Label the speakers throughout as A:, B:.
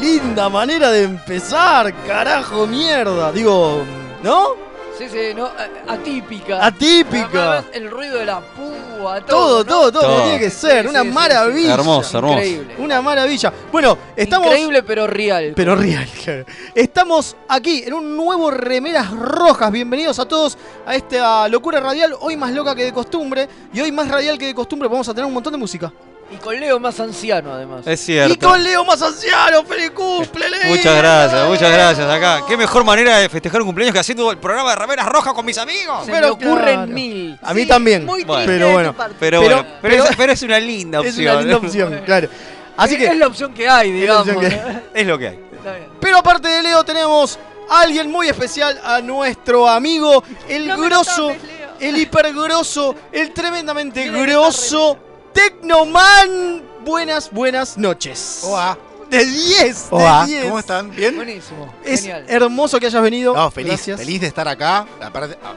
A: linda manera de empezar, carajo mierda. Digo, ¿no?
B: Sí, sí, no, a- atípica.
A: Atípica.
B: Además, el ruido de la púa,
A: Todo,
B: todo.
A: todo, todo, como
C: Todo.
A: tiene que ser.
B: Sí,
A: una
B: sí, sí, sí.
A: maravilla.
C: Hermoso,
B: ¿no?
C: hermoso.
B: Increíble.
A: Una maravilla. Bueno, estamos.
B: Increíble pero real.
A: Pero real, claro. Estamos aquí en un nuevo Remeras Rojas. Bienvenidos a todos a esta locura radial. Hoy más loca que de costumbre. Y hoy más radial que de costumbre. Vamos a tener un montón de música.
B: Y con Leo más anciano además.
C: Es
A: Y
C: cierto.
A: con Leo más anciano. ¡Feliz cumple, Leo!
C: Muchas gracias, muchas gracias acá. Qué mejor manera de festejar un cumpleaños que haciendo el programa de Remeras Rojas con mis amigos.
B: Se
A: pero
B: me ocurren
A: claro.
B: mil.
A: A mí también.
B: Muy
C: Bueno.
B: triste
A: Pero
B: de tu
A: bueno,
B: parte.
C: Pero,
A: Pero-
C: bueno, pero,
A: pero-
C: es, pero es una linda
A: Es
C: opción.
A: una linda opción, claro. Así
B: Es
A: que.
B: la opción que hay,
A: es la
B: digamos.
A: opción que-
C: Es lo que hay.
B: Está bien.
A: Pero aparte de Leo, tenemos a alguien muy especial, a nuestro amigo, el
B: No me
A: grosso.
B: toques, Leo.
A: el hipergrosso, el tremendamente
B: Tiene
A: grosso Tecnoman. Buenas, buenas noches.
D: Oa,
A: De 10,
D: oa,
A: de 10.
D: ¿cómo están? ¿Bien?
B: Buenísimo.
A: Es
B: Genial.
A: hermoso que hayas venido.
D: No, feliz,
A: Gracias.
D: feliz de estar acá. Aparte, ah,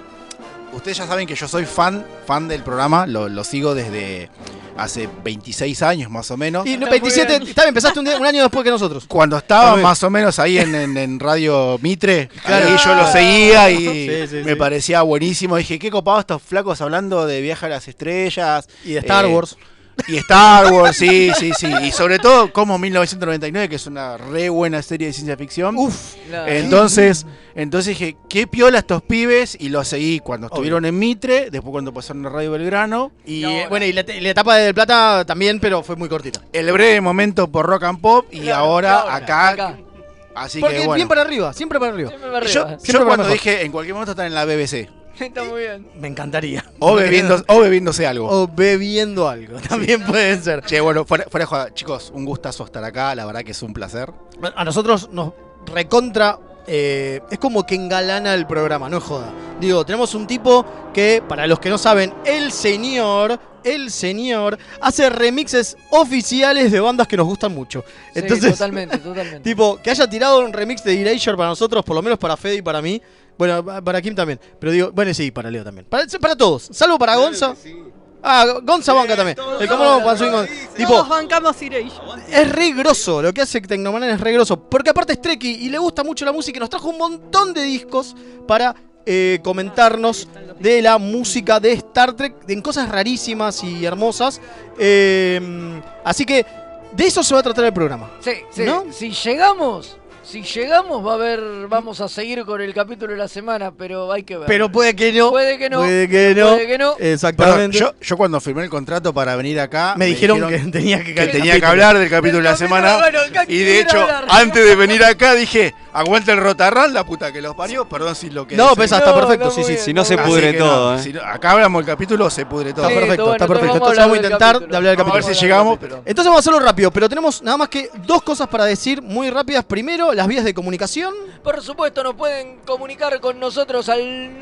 D: ustedes ya saben que yo soy fan, fan del programa, lo, lo sigo desde hace 26 años más o menos.
A: Y no,
B: Está
A: 27,
B: muy bien.
A: está bien, empezaste un, día- un año después que nosotros.
D: cuando
A: A
D: estaba
A: ver.
D: más o menos ahí en, en- en Radio Mitre,
A: Claro.
D: ahí yo lo seguía y
A: Sí, sí,
D: me
A: sí.
D: parecía buenísimo. Dije, qué copado estos flacos hablando de viaje a las estrellas
A: Y de Star
D: Eh,
A: Wars.
D: y Star Wars, sí, sí, sí. Y sobre todo como 1999, que es una re buena serie de ciencia ficción.
A: Uf.
B: Claro.
D: Entonces, entonces dije, qué piola estos pibes y los seguí cuando
A: Obvio.
D: estuvieron en Mitre, después cuando pasaron a Radio Belgrano.
A: Y
B: Y ahora.
A: eh, bueno, y la, te- la etapa de Del Plata también, pero fue muy cortita.
D: El breve momento por Rock and Pop y
B: Claro,
D: ahora,
B: ahora,
D: acá. Así
A: Porque
D: que bueno.
A: bien para arriba, siempre para arriba.
B: Siempre me arriba.
D: yo yo
A: Siempre para
D: cuando
A: mejor.
D: dije, en cualquier momento están en la BBC.
B: Está muy bien.
A: Me encantaría.
D: O, bebiendo, o bebiéndose algo.
A: O bebiendo algo, también puede ser.
D: Che, bueno, fuera, fuera de joda. Chicos, un gustazo estar acá, la verdad que es un placer.
A: A nosotros nos recontra. eh, es como que engalana el programa, no es joda. Digo, tenemos un tipo que, para los que no saben, el señor, el señor, hace remixes oficiales de bandas que nos gustan mucho.
B: Sí,
A: Entonces,
B: totalmente, totalmente.
A: tipo, que haya tirado un remix de Erasure para nosotros, por lo menos para Fede y para mí. Bueno, pa- para Kim también. Pero digo, bueno, sí, para Leo también. Para, para todos, salvo para Gonza. Ah, Gonza banca también. El cómo no, Juan Swing Gon- Tipo,
E: Todos bancamos Iration.
A: es re grosso, lo que hace Tecnoman es re grosso, porque aparte es Treki y le gusta mucho la música y nos trajo un montón de discos para eh, comentarnos
E: Ah,
A: de la música de Star Trek, en cosas rarísimas y hermosas. Eh, así que de eso se va a tratar el programa.
B: Sí, sí.
A: ¿No?
B: Si llegamos, si llegamos va a haber, vamos a seguir con el capítulo de la semana, pero hay que ver.
A: Pero puede que no.
B: Puede que no.
A: Puede que no.
B: Puede que no.
D: Perdón,
A: Exactamente.
D: yo, yo cuando firmé el contrato para venir acá,
A: me, dijeron, que tenía que,
D: que tenía que
A: capítulo.
D: hablar del capítulo de la semana.
B: Bueno, acá
D: Y de
B: quiero
D: hecho,
B: hablar.
D: antes de venir acá dije, aguanta el rotarral, la puta que los parió. Perdón si lo que
A: No,
D: pues
A: pues está
B: No,
A: perfecto.
B: no,
A: sí,
B: muy
A: sí,
B: bien.
A: sí.
C: Si no se
B: Está muy
C: pudre
B: bien.
C: todo, ¿eh?
D: acá hablamos el capítulo, se pudre todo.
A: Está
B: Sí,
A: perfecto,
B: bueno,
A: está
B: entonces
A: perfecto.
B: vamos
A: Entonces vamos
B: a
A: a
B: hablar del
A: intentar
B: capítulo.
A: de hablar del
D: Vamos a ver
A: capítulo.
D: si llegamos, pero...
B: capítulo.
A: Entonces vamos a hacerlo rápido, pero tenemos nada más que dos cosas para decir muy rápidas. Primero, las vías de comunicación.
B: Por supuesto, nos pueden comunicar con nosotros al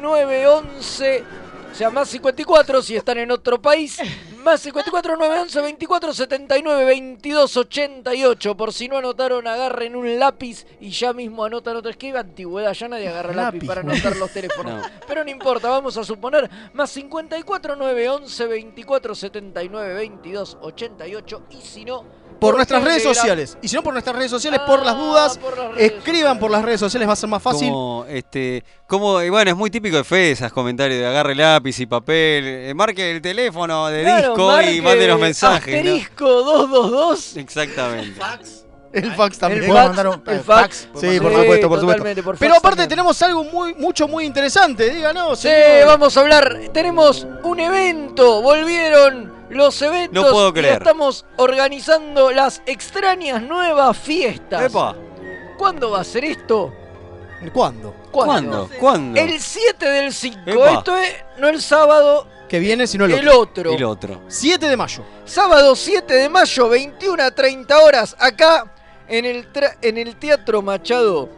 B: 911, o sea, más 54 si están en otro país. Más 54 911 24 79 22 88. Por si no anotaron, agarren un lápiz y ya mismo anotan otro. Es que antigüedad, ya nadie agarra lápiz,
A: Lápiz,
B: para
A: boludo.
B: anotar los teléfonos.
C: No.
B: Pero no importa, vamos a suponer más 54 911 24 79 22 88. Y si no,
A: Por nuestras redes
B: Telegram.
A: sociales. Y si no por nuestras redes sociales, por las
B: Ah,
A: dudas,
B: por las redes
A: escriban por las redes sociales, va a ser más fácil.
C: Como, este, como, y bueno, es muy típico de Fede esos comentarios de agarre lápiz y papel, eh, marque el teléfono de
B: Claro,
C: disco y
B: marque
C: mande los mensajes. ¿no?
B: Asterisco 222.
C: Exactamente.
A: El fax también.
B: El
D: ¿Puedo
B: fax,
D: mandar un-
B: el
D: eh,
B: fax.
D: fax?
A: Sí,
D: ¿Puedo
A: por
D: mandar-
A: supuesto, por supuesto.
B: totalmente, por
A: Pero
B: fax
A: aparte
B: también.
A: tenemos algo muy, mucho muy interesante, díganos.
B: Sí,
A: señor.
B: vamos a hablar. Tenemos un evento. Volvieron los eventos.
C: No puedo
B: y
C: creer.
B: estamos organizando las extrañas nuevas fiestas.
C: Epa,
B: ¿Cuándo va a ser esto?
A: ¿Cuándo?
C: ¿Cuándo?
E: sé.
C: ¿Cuándo?
B: El 7 del 5.
C: Epa.
B: Esto es no el sábado,
A: Que viene, sino el
B: el
A: otro.
B: otro.
C: El otro.
A: 7 de mayo.
B: Sábado 7 de mayo, 21 a 30 horas, acá en el, tra- en el Teatro Machado.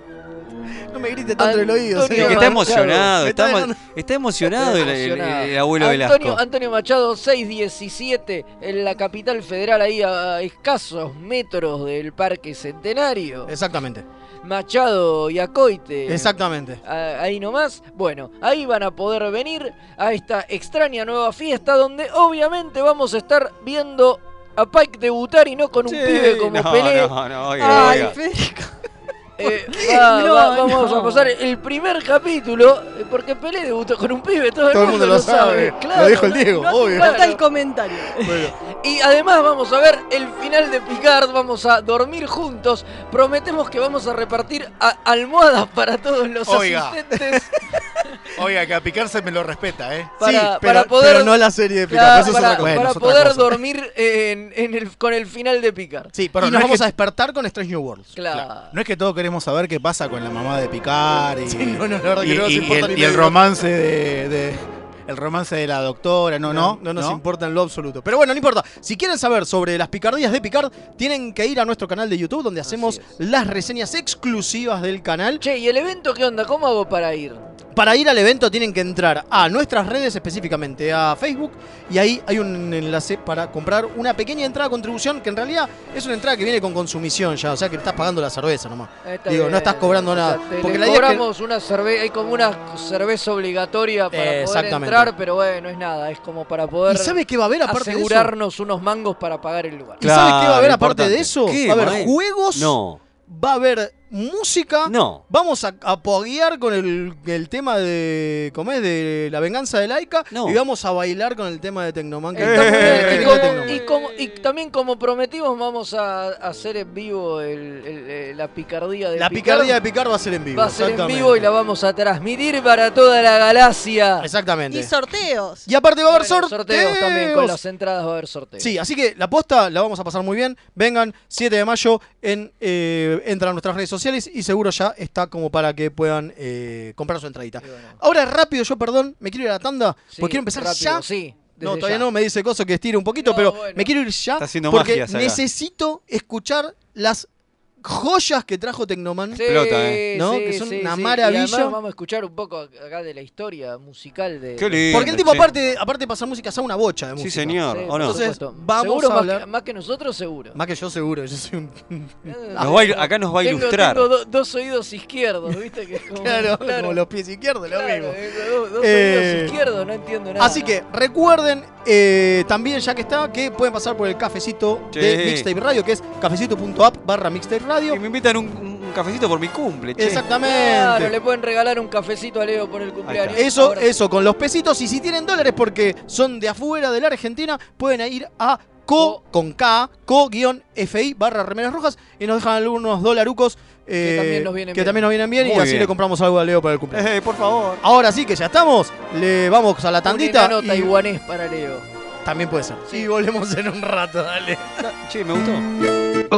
A: No me grites
B: tanto en el oído,
C: Es que
B: señor.
C: está
B: Claro.
C: emocionado,
A: Me
C: está,
A: está
C: emo-
A: dejando-
C: está emocionado el, el- el abuelo
B: Antonio,
C: Velasco.
B: Antonio Machado, 617, en la capital federal, ahí a escasos metros del Parque Centenario.
A: Exactamente,
B: Machado y Acoite.
A: exactamente.
B: a- Ahí nomás, bueno, ahí van a poder venir a esta extraña nueva fiesta donde obviamente vamos a estar viendo a Pike debutar y no con un
C: Sí,
B: pibe como
C: no,
B: Pelé.
C: No, no, oiga,
E: Ay,
C: oiga.
E: Federico.
B: Eh, va-
E: No,
B: va- vamos
E: no.
B: a pasar el primer capítulo, eh, porque Pelé debutó con un pibe, todo,
A: Todo el mundo lo sabe.
B: Claro,
A: lo dijo el
B: no-
A: Diego,
B: no hace
A: obvio.
B: falta
E: Falta
B: el
E: el comentario.
B: Y además vamos a ver el final de Picard, vamos a dormir juntos, prometemos que vamos a repartir a- almohadas para todos los
D: Oiga.
B: asistentes
D: Oiga, que a picar se me lo respeta, ¿eh?
B: para,
A: sí, pero,
B: para poder,
A: pero no la serie de Picard,
B: claro,
A: eso es
B: para-
A: otra cosa.
B: para
D: Bueno, es otra
B: poder
D: cosa.
B: dormir en- en el- con el final de Picard.
A: Sí,
D: Pero
A: y
D: no
A: nos
D: es
A: vamos
D: que-
A: a despertar con Strange New Worlds.
B: Claro.
D: No es que todos queremos saber qué pasa con la mamá de Picar y,
A: no, no, la verdad que
D: y-
A: no nos
D: y- y
A: importa
D: el,
A: ni
D: y el
A: medio.
D: romance de, de- el romance de la doctora, no, no,
A: No nos importa en lo absoluto. Pero bueno, no importa. Si quieren saber sobre las picardías de Picard, tienen que ir a nuestro canal de YouTube donde hacemos
B: Así es.
A: las reseñas exclusivas del canal.
B: Che, ¿y el evento qué onda? ¿Cómo hago para ir?
A: Para ir al evento tienen que entrar a nuestras redes, específicamente a Facebook, y ahí hay un enlace para comprar una pequeña entrada de contribución, que en realidad es una entrada que viene con consumición ya, o sea que estás pagando la cerveza nomás.
B: Ahí está
A: Digo, no estás cobrando nada,
B: te-
A: porque
B: le
A: la idea es que-
B: cobramos una cerveza, hay como una cerveza obligatoria para
A: Eh,
B: poder
A: exactamente.
B: entrar, pero bueno, es nada, es como para poder
A: ¿Y sabe qué va a haber aparte de eso?
B: asegurarnos unos mangos para pagar el lugar.
A: ¿Y sabe qué va a haber
C: Claro,
A: aparte de
C: importante.
A: eso?
C: ¿Qué,
A: Va a haber
C: Mael?
A: juegos,
C: No,
A: va a haber música,
C: no.
A: Vamos a a poguear con el, el tema de. ¿Cómo es? De la venganza de Laika.
C: No.
A: Y vamos a bailar con el tema de Tecnoman. que-
B: Está muy
A: que
B: bien,
A: tiene
B: y
A: el
B: como-
A: Tecnoman.
B: Y, como- y también como prometimos vamos a hacer en vivo el- el- el- la picardía de
A: La
B: Picard.
A: picardía de Picard va a ser en vivo.
B: va a ser en
A: exactamente.
B: vivo y la vamos a transmitir para toda la galaxia.
A: Exactamente.
E: Y sorteos.
A: Y aparte va a haber
B: Bueno,
A: sorteos.
B: también con las entradas va a haber sorteos.
A: Sí, así que la posta la vamos a pasar muy bien. Vengan, 7 de mayo, en, eh, entran a nuestras redes sociales y seguro ya está como para que puedan eh, comprar su entradita.
B: Y bueno,
A: Ahora rápido, yo perdón, me quiero ir a la tanda,
B: sí,
A: porque Pues quiero empezar
B: rápido,
A: ya
B: Sí,
A: No,
B: desde
A: todavía
B: ya.
A: no, me dice Coso que estire un poquito,
B: No,
A: pero
B: bueno.
A: me quiero ir ya
C: Está haciendo
A: porque
C: magia, Saga.
A: necesito escuchar las joyas que trajo Tecnoman.
B: Sí,
C: Explota, ¿eh?
A: ¿No?
B: sí,
A: Que son
B: sí,
A: una
B: sí. Y
A: maravilla.
B: además vamos a escuchar un poco acá de la historia musical de.
C: Qué lindo.
A: Porque el tipo
C: sí.
A: aparte, aparte de pasar música, sabe una bocha de música.
C: Sí, señor,
B: Sí,
C: ¿o no?
B: por
A: Entonces,
B: supuesto.
A: vamos
B: seguro
A: a
B: más,
A: hablar-
B: que, más que nosotros, seguro. Eh,
A: Más que yo seguro, yo soy un...
C: Nos va a il- acá nos va a
B: Tengo-
C: ilustrar.
B: Tengo, do- dos oídos izquierdos, ¿viste? Que es como,
A: Claro, como los pies izquierdos,
B: claro,
A: lo mismo.
B: eh, dos, dos
A: Eh,
B: oídos izquierdos, no entiendo nada.
A: Así que recuerden eh, también, ya que está, que pueden pasar por el cafecito de
C: Sí.
A: Mixtape Radio, que es cafecito.app barra Mixtape Radio.
C: Y me invitan un, un cafecito por mi cumple, che.
A: Exactamente.
B: Claro, le pueden regalar un cafecito a Leo por el cumpleaños.
A: Eso,
B: Ahora sí.
A: eso, con los pesitos. Y si tienen dólares porque son de afuera de la Argentina, pueden ir a co, con K, co-fi barra remeras rojas y nos dejan algunos dolarucos eh,
B: también nos vienen
A: que
B: bien.
A: también nos vienen bien
C: Muy
A: y así
C: bien.
A: le compramos algo a Leo para el cumpleaños.
C: Eh, por favor.
A: Ahora sí que ya estamos, le vamos a la tandita.
B: Un enano
A: y-
B: taiwanés para Leo.
A: También puede ser.
B: Sí.
A: Y volvemos en un rato, dale.
C: Che, me gustó.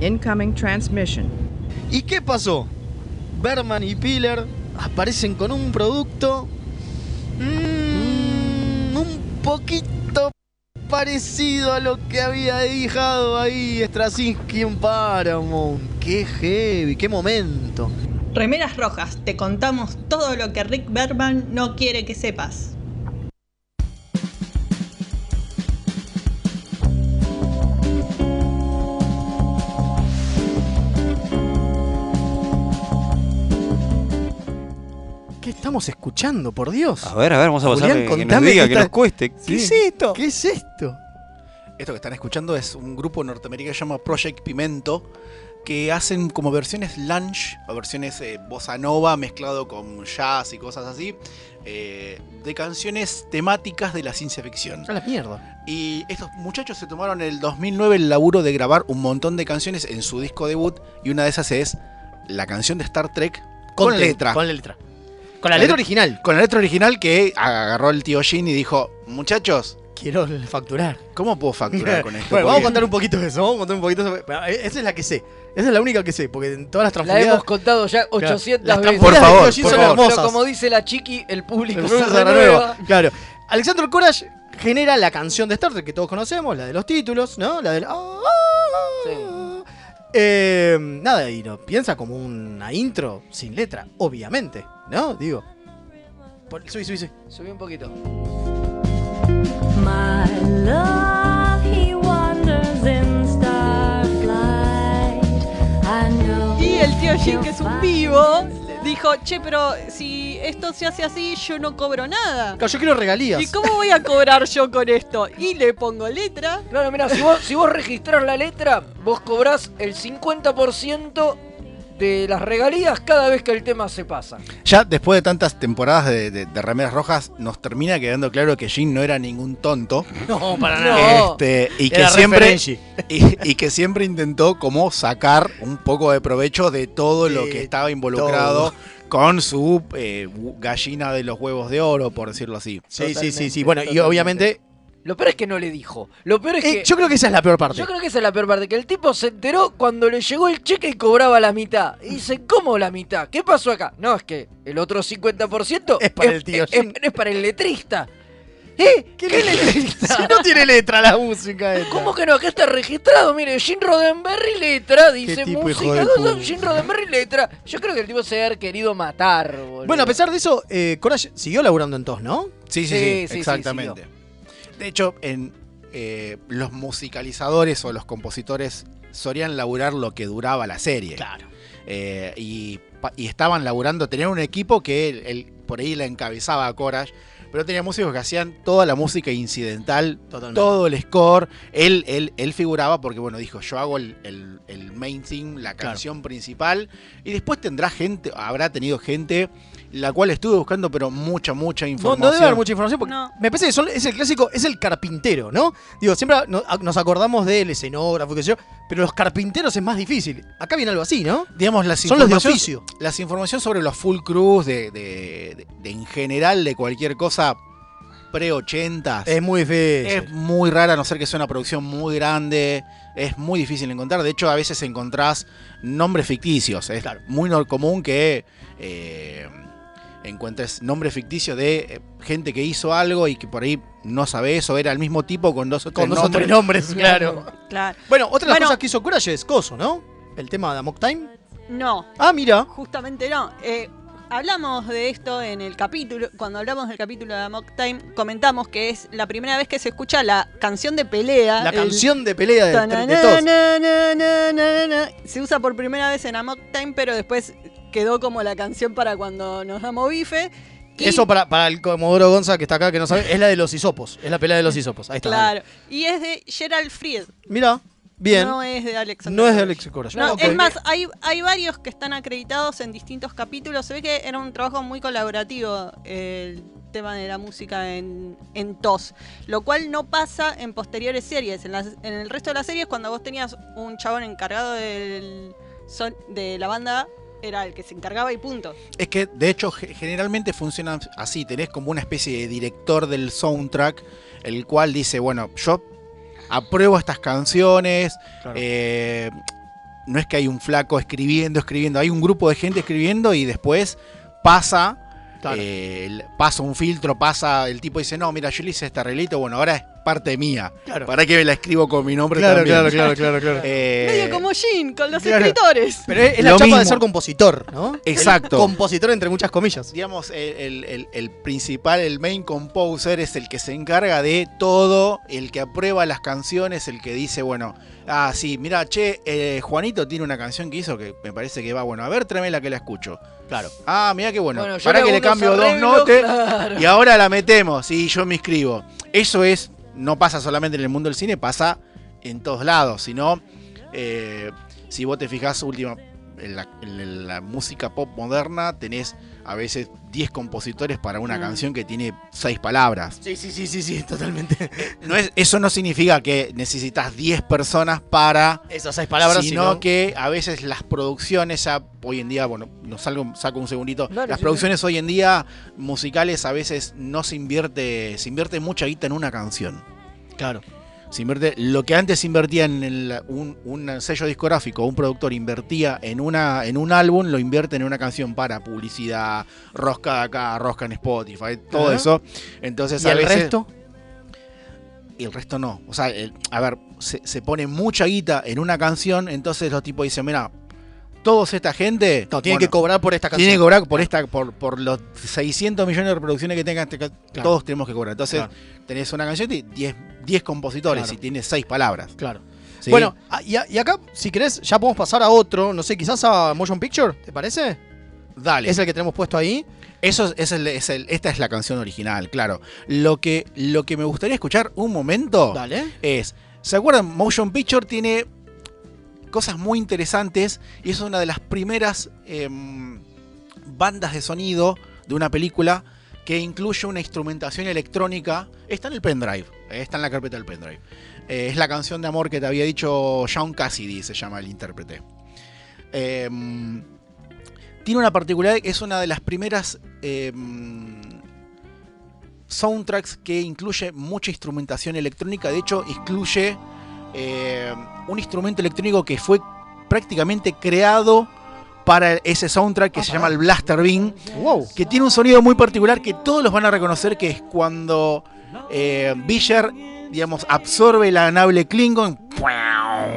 A: Incoming transmission. ¿Y qué pasó? Berman y Piller aparecen con un producto mm, un poquito parecido a lo que había dejado ahí Straczynski en Paramount. Qué heavy, qué momento.
F: Remeras Rojas, te contamos todo lo que Rick Berman no quiere que sepas.
A: ¿Qué estamos escuchando, por Dios?
G: A ver, a ver, vamos a pasar
A: Julián,
G: que, que nos
A: contame
G: diga,
A: qué
G: que
A: está-
G: nos cueste.
A: ¿Qué es esto? ¿Qué es esto?
D: Esto que están escuchando es un grupo norteamericano que se llama Project Pimento, que hacen como versiones lunch o versiones eh, bossa nova mezclado con jazz y cosas así, eh, de canciones temáticas de la ciencia ficción.
A: A la mierda.
D: Y estos muchachos se tomaron en el 2009 el laburo de grabar un montón de canciones en su disco debut, y una de esas es la canción de Star Trek con,
A: te-
D: letra.
A: Con la letra. Con la letra original.
D: Con la letra original que agarró el tío Jin y dijo, muchachos,
A: Quiero facturar.
D: ¿cómo puedo facturar con esto?
A: bueno, vamos a
D: Porque-
A: contar un poquito de eso. Vamos a contar un poquito de eso. Pero, eh, Esa es la que sé. Esa es la única que sé. Porque en todas las
B: La
A: transfugidas.
B: hemos contado ya 800
A: Las
B: veces.
A: transfugidas de Kyojin son hermosas.
B: Pero como dice la chiqui, el público
A: El
B: se
A: Bruno Serra
B: renueva.
A: Nueva, Claro. Alexander Courage genera la canción de Star Trek que todos conocemos, la de los títulos, ¿no? La del. ah, ah, eh, nada, y no piensa como una intro sin letra, obviamente, ¿no? Digo. Eh, Pon- Subí, subí, subí.
B: Subí un poquito.
H: My love, he wanders in starlight. I know.
I: Y el tío Jim, que es un vivo, dijo, che, pero si esto se hace así, yo no cobro nada.
A: Claro, yo quiero regalías.
I: ¿Y cómo voy a cobrar yo con esto? Y le pongo letra.
B: Claro, mira, si vos, si vos registrás la letra, vos cobrás el 50% de las regalías cada vez que el tema se pasa.
D: Ya después de tantas temporadas de, de- de Remeras Rojas, nos termina quedando claro que Jin no era ningún tonto.
A: No, para
B: nada.
D: Este, y, que
A: Era re
D: siempre,
A: Ferengi.
D: y, y que siempre intentó como sacar un poco de provecho de todo lo que estaba involucrado
A: todo.
D: con su eh, gallina de los huevos de oro, por decirlo así.
A: Sí, sí, sí, sí. Bueno, y obviamente.
B: Lo peor es que no le dijo. Lo peor es
A: Eh,
B: que.
A: yo creo que esa es la peor parte.
B: Yo creo que esa es la peor parte, que el tipo se enteró cuando le llegó el cheque y cobraba la mitad. Y dice, ¿cómo la mitad? ¿Qué pasó acá? No, es que el otro 50%
A: Es para el tío
B: es,
A: Jim.
B: es para el letrista. ¿Eh? ¿Qué, letrista?
A: Si no tiene letra la música. esta.
B: ¿Cómo que no? Acá está registrado, mire, Jim Roddenberry letra, dice
A: tipo, hijo
B: música,
A: de
B: no, no,
A: puta.
B: Jim Roddenberry letra. Yo creo que el tipo se debe haber querido matar, boludo.
A: Bueno, a pesar de eso, eh, Courage siguió laburando en TOS, ¿no?
D: Sí, sí,
B: Sí,
D: sí,
B: sí, sí,
D: exactamente. de hecho, en eh, los musicalizadores o los compositores solían laburar lo que duraba la serie.
A: Claro.
D: Eh, y, pa- y estaban laburando, tenían un equipo que él, él por ahí la encabezaba a Courage, Pero tenía músicos que hacían toda la música incidental, todo el score. Él, él, él figuraba porque, bueno, dijo, yo hago el, el- el main theme, la
A: Claro.
D: canción principal. Y después tendrá gente, habrá tenido gente, la cual estuve buscando, pero mucha, mucha
A: No,
D: información.
A: no debe haber mucha información porque me parece que son- es el clásico, es el carpintero, ¿no? Digo, siempre no- a- nos acordamos del escenógrafo, qué sé yo, pero los carpinteros es más difícil. Acá viene algo así, ¿no?
D: Digamos, las
A: Son los de
D: información-
A: oficio.
D: Las informaciones sobre los full crews de, de- de- de en general, de cualquier cosa pre-80s.
A: Es muy difícil.
D: Es muy rara, a no ser que sea una producción muy grande. Es muy difícil encontrar. De hecho, a veces encontrás nombres ficticios. Es muy nor- común que eh, encuentres nombres ficticios de eh, gente que hizo algo y que por ahí no sabe eso. Era el mismo tipo con dos o tres
A: Con dos o tres nombres, claro.
I: Claro.
A: Bueno, otra de las
I: Bueno.
A: cosas que hizo Courage es Coso, ¿no? El tema de Amok Time.
I: No,
A: Ah, mira.
I: justamente no. Eh, hablamos de esto en el capítulo, cuando hablamos del capítulo de Amok Time, comentamos que es la primera vez que se escucha la canción de pelea.
A: La
I: Ah, el-
A: canción de pelea de, de todos.
I: Tanananananana. Se usa por primera vez en Amok Time, pero después quedó como la canción para cuando nos damos bife. Y-
A: Eso para, para el Comodoro Gonza que está acá, que no sabe, es la de los hisopos. Es la pelea de los hisopos. Ahí está.
I: Claro. Y es de Gerald Fried.
A: Mira, bien.
I: No es de Alexander.
A: No es de Alexis Courage.
I: No,
A: Ok.
I: Es más, hay, hay varios que están acreditados en distintos capítulos. Se ve que era un trabajo muy colaborativo eh, el tema de la música en, en TOS, lo cual no pasa en posteriores series. En, las- en el resto de las series, cuando vos tenías un chabón encargado del son- de la banda, era el que se encargaba y punto.
D: Es que, de hecho, ge- generalmente funciona así. Tenés como una especie de director del soundtrack, el cual dice, bueno, yo apruebo estas canciones. eh, no es que hay un flaco escribiendo, escribiendo. Hay un grupo de gente escribiendo y después pasa... eh, el- pasa un filtro, pasa el tipo dice, no, mira, yo le hice este arreglito, bueno, ahora es parte mía.
A: Claro.
D: ¿Para que me la escribo con mi nombre
A: Claro,
D: también?
A: claro, claro, claro, claro.
D: Eh,
I: Medio como Jin, con los
A: claro.
I: escritores.
A: Pero es, es la
D: Lo
A: chapa de
D: mismo.
A: ser compositor, ¿no?
D: Exacto.
A: El compositor entre muchas comillas.
D: digamos, el, el- el- el principal, el main composer, es el que se encarga de todo, el que aprueba las canciones, el que dice, bueno, ah, sí, mira, che, eh, Juanito tiene una canción que hizo que me parece que va, bueno, a ver, tráemela que la escucho. Claro. Ah, mira qué bueno.
A: Bueno, yo
D: Para
A: le
D: que le
A: hago unos
D: cambio dos
A: arreglos,
D: notes
A: claro.
D: y ahora la metemos y yo me inscribo. Eso es, no pasa solamente en el mundo del cine, pasa en todos lados, sino eh, si vos te fijás última, en, la, en la música pop moderna tenés a veces 10 compositores para una
A: Mm.
D: canción que tiene 6 palabras.
A: Sí, sí, sí, sí, sí, totalmente.
D: No es- eso no significa que necesitas 10 personas para...
A: Esas seis palabras,
D: sino,
A: sino-
D: que a veces las producciones ya hoy en día, bueno, nos salgo, saco un segundito,
A: Dale,
D: las
A: sí,
D: producciones hoy en día musicales a veces no se invierte, se invierte mucha guita en una canción.
A: Claro.
D: Se invierte, lo que antes invertía en el- un, un sello discográfico, un productor invertía en, una, en un álbum, lo invierte en una canción para publicidad, rosca de acá, rosca en Spotify, todo
A: Ajá.
D: eso. Entonces,
A: ¿Y
D: a
A: el
D: veces-
A: resto?
D: Y el resto no. O sea, el- a ver, se, se pone mucha guita en una canción, entonces los tipos dicen, mira, todos esta gente...
A: No, tiene que cobrar por esta canción.
D: Tiene que cobrar por, esta, por, por los 600 millones de reproducciones que tengan, te- todos tenemos que cobrar. Entonces, tenés una canción de 10, 10 compositores
A: Claro.
D: y tiene 6 palabras.
A: Claro.
D: Sí.
A: Bueno, a- y, a- y acá, si querés, ya podemos pasar a otro, no sé, quizás a Motion Picture, ¿te parece?
D: Dale.
A: Es el que tenemos puesto ahí.
D: Eso es, es el, es el- esta es la canción original, claro. Lo que, lo que me gustaría escuchar un momento
A: Dale.
D: es, ¿se acuerdan? Motion Picture tiene cosas muy interesantes y es una de las primeras em, bandas de sonido de una película que incluye una instrumentación electrónica. Está en el pendrive, eh, está en la carpeta del pendrive. Eh, es la canción de amor que te había dicho Sean Cassidy, se llama el intérprete. Em, tiene una particularidad, es una de las primeras em, soundtracks que incluye mucha instrumentación electrónica. De hecho, incluye eh, un instrumento electrónico que fue prácticamente creado para ese soundtrack que se llama el Blaster Beam, que tiene un sonido muy particular que todos los van a reconocer, que es cuando eh, Villar, digamos, absorbe la nave Klingon.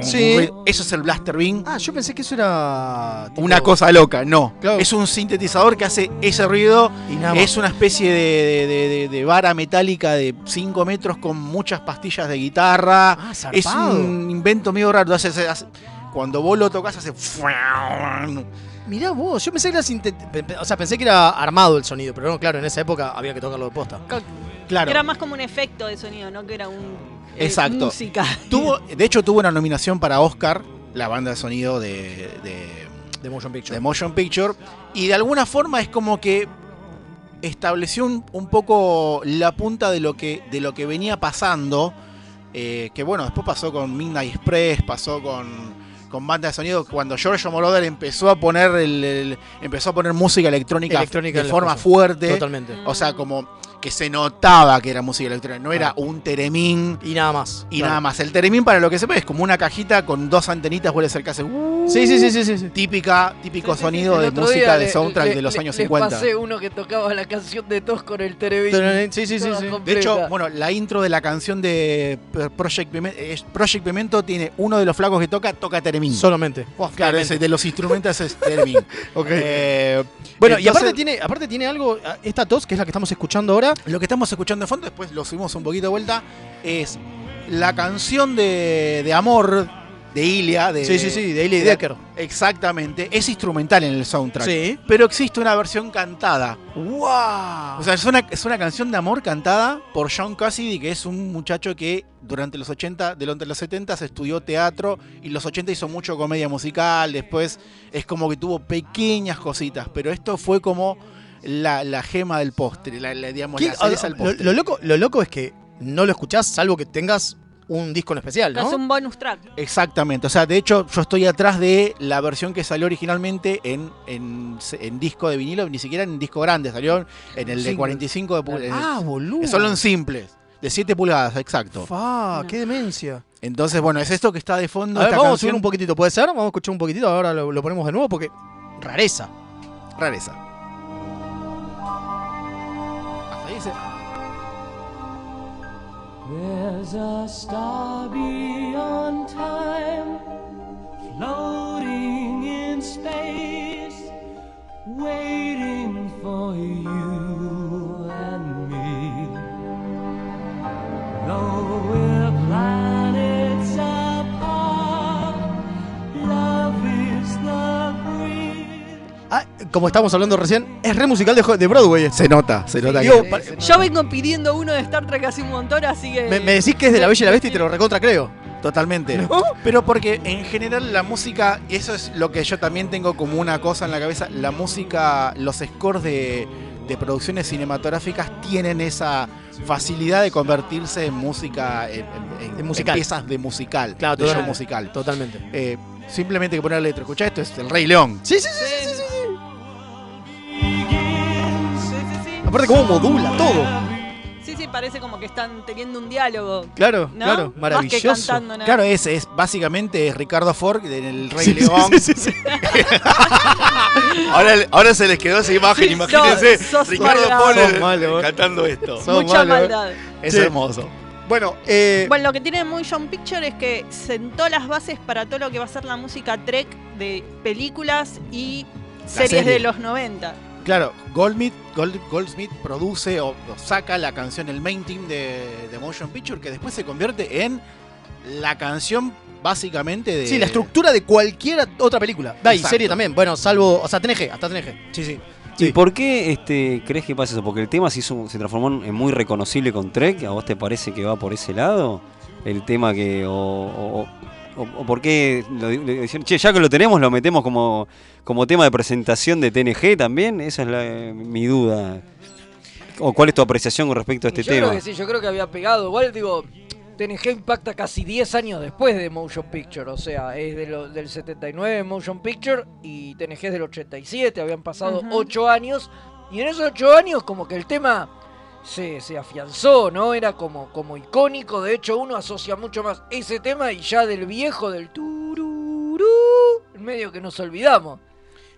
A: Sí.
D: Eso es el Blaster Beam.
A: Ah, yo pensé que eso era. tipo-
D: Una cosa loca, no.
A: Claro.
D: Es un sintetizador que hace ese ruido.
A: Y nada más.
D: Es una especie de, de- de- de- de vara metálica de 5 metros con muchas pastillas de guitarra.
A: Ah, zarpado.
D: es un invento medio raro. Hace- hace- hace- Cuando vos lo tocas hace...
A: Mirá vos, yo pensé que era sintet- pe- pe- O sea, pensé que era armado el sonido, pero no, claro, en esa época había que tocarlo de posta. Claro.
I: Era más como un efecto de sonido, no que era un. eh,
D: Exacto.
I: música.
D: Tuvo, de hecho, tuvo una nominación para Oscar, la banda de sonido de, de,
A: Motion Picture.
D: de Motion Picture. Y de alguna forma es como que estableció un, un poco la punta de lo que, de lo que venía pasando. eh, que bueno, después pasó con Midnight Express, pasó con, con banda de sonido. Cuando Giorgio Moroder empezó a poner el, el- empezó a poner música electrónica,
A: Electrónica en
D: de
A: las
D: forma
A: cosas.
D: fuerte.
A: Totalmente.
D: O sea, como que se notaba que era música electrónica, no era un teremín.
A: Y nada más.
D: Y
A: claro.
D: nada más. El teremín, para lo que se ve, es como una cajita con dos antenitas, vuelve a ser casi.
A: Sí, sí, sí, sí, sí,
D: Típica, típico sonido
B: El
D: de
B: otro
D: música
B: día
D: de
B: le-
D: soundtrack
B: le-
D: de los
B: le-
D: años
B: les
D: 50.
B: pasé uno que tocaba la canción de Tos con el Television.
A: Tararán, sí, sí, sí,
B: Toda
A: sí. De
D: De
B: completa.
D: hecho, bueno, la intro de la canción de P- Project Pimento, Project Pimento tiene uno de los flacos que toca, toca teremín.
A: Solamente.
D: claro, ese de los instrumentos es teremín. Eh,
A: Bueno, y
D: entonces-
A: aparte tiene, aparte tiene algo, a- esta tos que es la que estamos escuchando ahora.
D: Lo que estamos escuchando de fondo, después lo subimos un poquito de vuelta, es la canción de, de amor de Ilia. De,
A: Sí, sí, sí, de Ilya y Decker.
D: Exactamente. Es instrumental en el soundtrack.
A: Sí.
D: Pero existe una versión cantada.
A: ¡Wow!
D: O sea, es una, es una canción de amor cantada por John Cassidy, que es un muchacho que durante los 80, durante los 70 estudió teatro y los 80 hizo mucho comedia musical. Después es como que tuvo pequeñas cositas, pero esto fue como la, la gema del postre, la, la- digamos,
A: ¿Qué-
D: la cereza del
A: Ah, lo,
D: postre.
A: lo loco, lo loco es que no lo escuchás salvo que tengas un disco en especial,
I: Es
A: ¿no?
I: un bonus track.
D: Exactamente, o sea, de hecho yo estoy atrás de la versión que salió originalmente en, en, en disco de vinilo, ni siquiera en disco grande, salió en el de
A: Single.
D: 45 de pul- en el-
A: Ah, boludo.
D: Eh, Solo en simples, de 7 pulgadas, exacto.
A: Fa, qué demencia.
D: Entonces, bueno, es esto que está de fondo.
A: A ver,
D: esta
A: vamos a
D: canción.
A: subir un poquitito, ¿puede ser? Vamos a escuchar un poquitito, ahora lo, lo ponemos de nuevo porque rareza.
D: Rareza. Hasta ahí se-
J: There's a star beyond time, floating in space, waiting for you and me. Though we're planets apart, love is the breeze.
A: Ah, como estábamos hablando recién, es re musical de, jo- de Broadway.
D: Se nota, se nota.
A: Digo,
D: que-
A: pa-
I: Yo vengo pidiendo uno de Star Trek hace un montón, así que.
A: me, me decís que es de La Bella y la Bestia y te lo recontra creo.
D: Totalmente.
A: ¿No?
D: Oh, Pero porque en general la música, y eso es lo que yo también tengo como una cosa en la cabeza, la música, los scores de, de producciones cinematográficas tienen esa facilidad de convertirse en música, en, en- en-
A: En musical.
D: en piezas de musical,
A: Claro,
D: de show
A: totalmente.
D: musical.
A: Totalmente.
D: Eh, simplemente hay que poner la letra, escuchá esto, es El Rey León.
A: Sí, sí, sí, sí, sí, sí, sí. Aparte, cómo modula todo.
I: Sí, sí, parece como que están teniendo un diálogo.
A: Claro,
I: ¿No?
A: claro,
I: Más que
A: maravilloso.
I: cantando, ¿no?
D: Claro, es, es básicamente es Ricardo Ford en El Rey
A: Sí, sí,
D: León.
A: sí, sí, sí.
K: Ahora, ahora se les quedó esa imagen,
I: Sí,
K: imagínense.
I: sos- sos
K: Ricardo
I: malvado.
K: Pone
I: Sos
K: cantando esto.
A: Sos
I: Mucha
A: malo, ¿eh?
I: maldad.
K: Es
A: Sí.
K: hermoso.
A: Bueno, eh,
I: Bueno, lo que tiene muy John Picture es que sentó las bases para todo lo que va a ser la música Trek de películas y series
D: serie.
I: de los 90.
D: Claro, Goldsmith, Gold- Goldsmith produce o, o saca la canción, el main team de, de Motion Picture, que después se convierte en la canción básicamente de.
A: sí, la estructura de cualquier otra película. Da, y
D: Exacto.
A: serie también. Bueno, salvo, o sea, TNG, hasta TNG.
K: Sí, sí.
A: Sí.
G: ¿Y por qué este, crees que pasa eso? ¿Porque el tema se, hizo, se transformó en muy reconocible con Trek? ¿A vos te parece que va por ese lado? ¿El tema que.? ¿O, o, o- o por qué lo, di- le dijeron, che, ya que lo tenemos, lo metemos como, como tema de presentación de TNG también? Esa es la- eh, mi duda. ¿O cuál es tu apreciación con respecto a este
B: Yo creo
G: tema?
B: que sí, yo creo que había pegado. Igual digo, TNG impacta casi 10 años después de Motion Picture. O sea, es de lo- del 79 Motion Picture y TNG es del 87. Habían pasado
L: Ujú.
B: 8 años. Y en esos 8 años como que el tema se, se afianzó, ¿no? Era como, como icónico. De hecho, uno asocia mucho más ese tema y ya del viejo, del tururú, medio que nos olvidamos.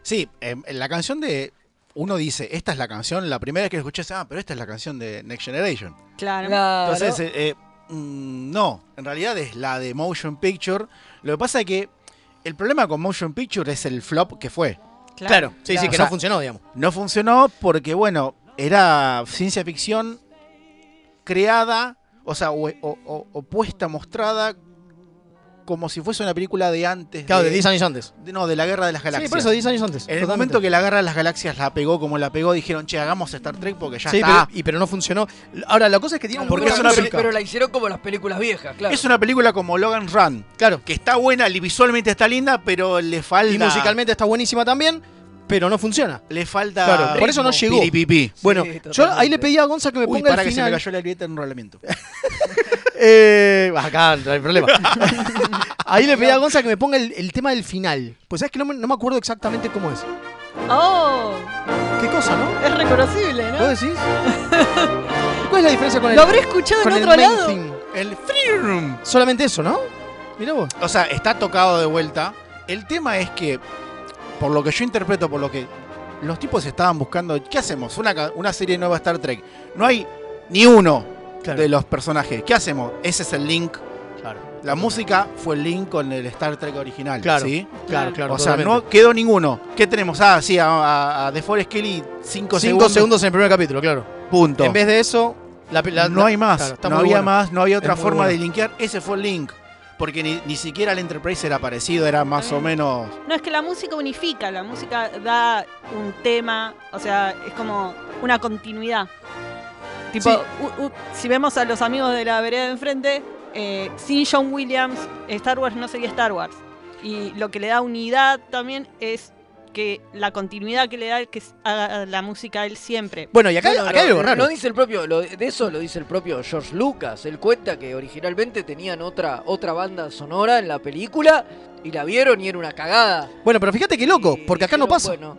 D: Sí, em, la canción de. Uno dice, esta es la canción, la primera vez que escuché, ah, pero esta es la canción de Next Generation.
I: Claro.
D: Entonces, eh, eh, mm, no, en realidad es la de Motion Picture. Lo que pasa es que el problema con Motion Picture es el flop que fue.
A: Claro, sí, sí,
D: O
A: que
D: sea, eh,
A: no funcionó, digamos.
D: No funcionó porque, bueno, era ciencia ficción creada, o sea, o, o- o- o puesta, mostrada como si fuese una película de antes.
A: Claro, de 10 años antes.
D: de- no, de la Guerra de las Galaxias.
A: por eso, 10 años antes,
D: En el
A: totalmente.
D: momento que la Guerra de las Galaxias la pegó como la pegó, dijeron, che, hagamos Star Trek porque ya
A: Sí,
D: está.
A: pero- y pero no funcionó. Ahora, la cosa es que tiene
D: Porque
B: pero,
D: es una
B: pero-
D: película.
B: pero la hicieron como las películas viejas, claro.
D: Es una película como Logan Run.
A: Claro.
D: Que está buena, y visualmente está linda, pero le falta.
A: Y musicalmente está buenísima también, pero no funciona.
D: Le falta.
A: Claro, por eso no
D: ritmo.
A: llegó.
D: Piripipi.
A: Bueno,
D: Sí,
A: yo
D: totalmente.
A: ahí le pedí a Gonza que me
D: Uy,
A: ponga
D: pará
A: el
D: que se me
A: final.
D: cayó la grieta en enrolamiento.
A: Eh, acá no hay problema. ahí le pedí a Gonza que me ponga el, el tema del final. Pues sabes que no me, no me acuerdo exactamente cómo es.
I: ¡Oh!
A: ¿Qué cosa, no?
I: Es reconocible, ¿no?
A: ¿Vos decís? ¿Cuál es la diferencia con el
I: Lo habré escuchado
A: con
I: en
A: el
I: otro
A: main
I: lado.
A: theme?
D: El Free Room.
A: Solamente eso, ¿no? Mirá vos.
D: O sea, está tocado de vuelta. El tema es que, por lo que yo interpreto, por lo que los tipos estaban buscando, ¿qué hacemos? Una, ca- una serie nueva Star Trek. No hay ni uno de los personajes. ¿Qué hacemos? Ese es el link. La música fue el link con el Star Trek original.
A: Claro,
D: ¿sí?
A: claro, claro,
D: O sea,
A: totalmente.
D: no quedó ninguno. ¿Qué tenemos? Ah, sí, a, a, a The Forest Kelly 5
A: 5
D: segundos.
A: segundos. en el primer capítulo, claro.
D: Punto.
A: En vez de eso, la, la-
D: no
A: la-
D: hay más.
A: claro, está
D: no
A: muy
D: había
A: bueno.
D: más, no había otra
A: Es muy
D: forma
A: bueno.
D: de linkear. Ese fue el link. Porque ni, ni siquiera el Enterprise era parecido, era más
B: Ah.
D: o menos.
I: No, es que la música unifica, la música da un tema, o sea, es como una continuidad. Tipo,
A: Sí.
I: u- u- si vemos a los amigos de la vereda de enfrente, eh, sin John Williams, Star Wars no sería Star Wars. Y lo que le da unidad también es que la continuidad que le da que es a- a la música a él siempre.
A: Bueno, y acá,
B: No, no,
A: acá hay
B: no,
A: algo raro.
B: No dice el propio, lo- de eso lo dice el propio George Lucas. Él cuenta que originalmente tenían otra, otra banda sonora en la película y la vieron y era una cagada.
A: Bueno, pero fíjate qué loco, porque acá no
B: Dijeron,
A: pasa.
B: Bueno,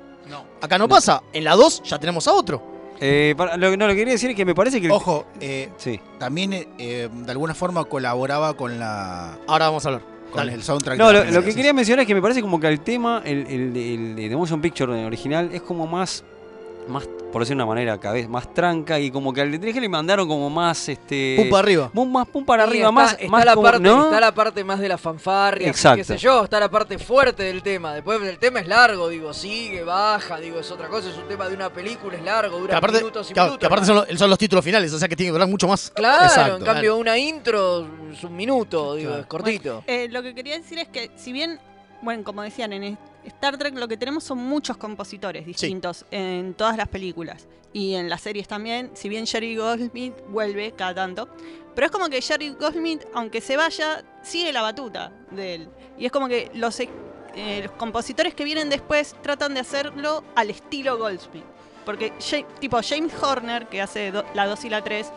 A: Acá no pasa. En la 2 ya tenemos a otro.
G: Eh, para- lo, no, lo que quería decir es que me parece que. el-
D: Ojo, eh,
G: Sí.
D: también eh, eh, de alguna forma colaboraba con la.
A: Ahora vamos a hablar.
D: Con
A: Dale.
D: el soundtrack.
G: No,
D: de la
G: lo, lo
D: película,
G: que
D: sí.
G: quería mencionar es que me parece como que el tema, el, el, el de The Motion Picture original, es como más, más por decir de una manera, cada vez más tranca y como que al de 3G le mandaron como más. este
A: Pum para arriba.
G: mu- más pum para
B: Sí,
G: arriba,
B: está-
G: más.
B: está,
G: más
B: la
G: como-
B: parte,
G: ¿no?
B: está la parte más de la fanfarria,
G: Exacto.
B: qué sé yo, está la parte fuerte del tema. Después el tema es largo, digo, sigue, baja, digo, es otra cosa, es un tema de una película, es largo,
A: Que
B: dura
A: aparte,
B: minutos y
A: claro,
B: minutos.
A: que aparte son, los, son los títulos finales, o sea que tiene que durar mucho más.
B: Claro,
A: Exacto.
B: en cambio una intro es un minuto, digo, es cortito.
I: Eh, lo que quería decir es que, si bien, bueno, como decían, en es- Star Trek lo que tenemos son muchos compositores distintos en todas las películas y en las series también. Si bien Jerry Goldsmith vuelve cada tanto, pero es como que Jerry Goldsmith, aunque se vaya, sigue la batuta de él. Y es como que los, e- eh, los compositores que vienen después tratan de hacerlo al estilo Goldsmith. Porque, Ja- tipo, James Horner, que hace do- la 2 y la 3,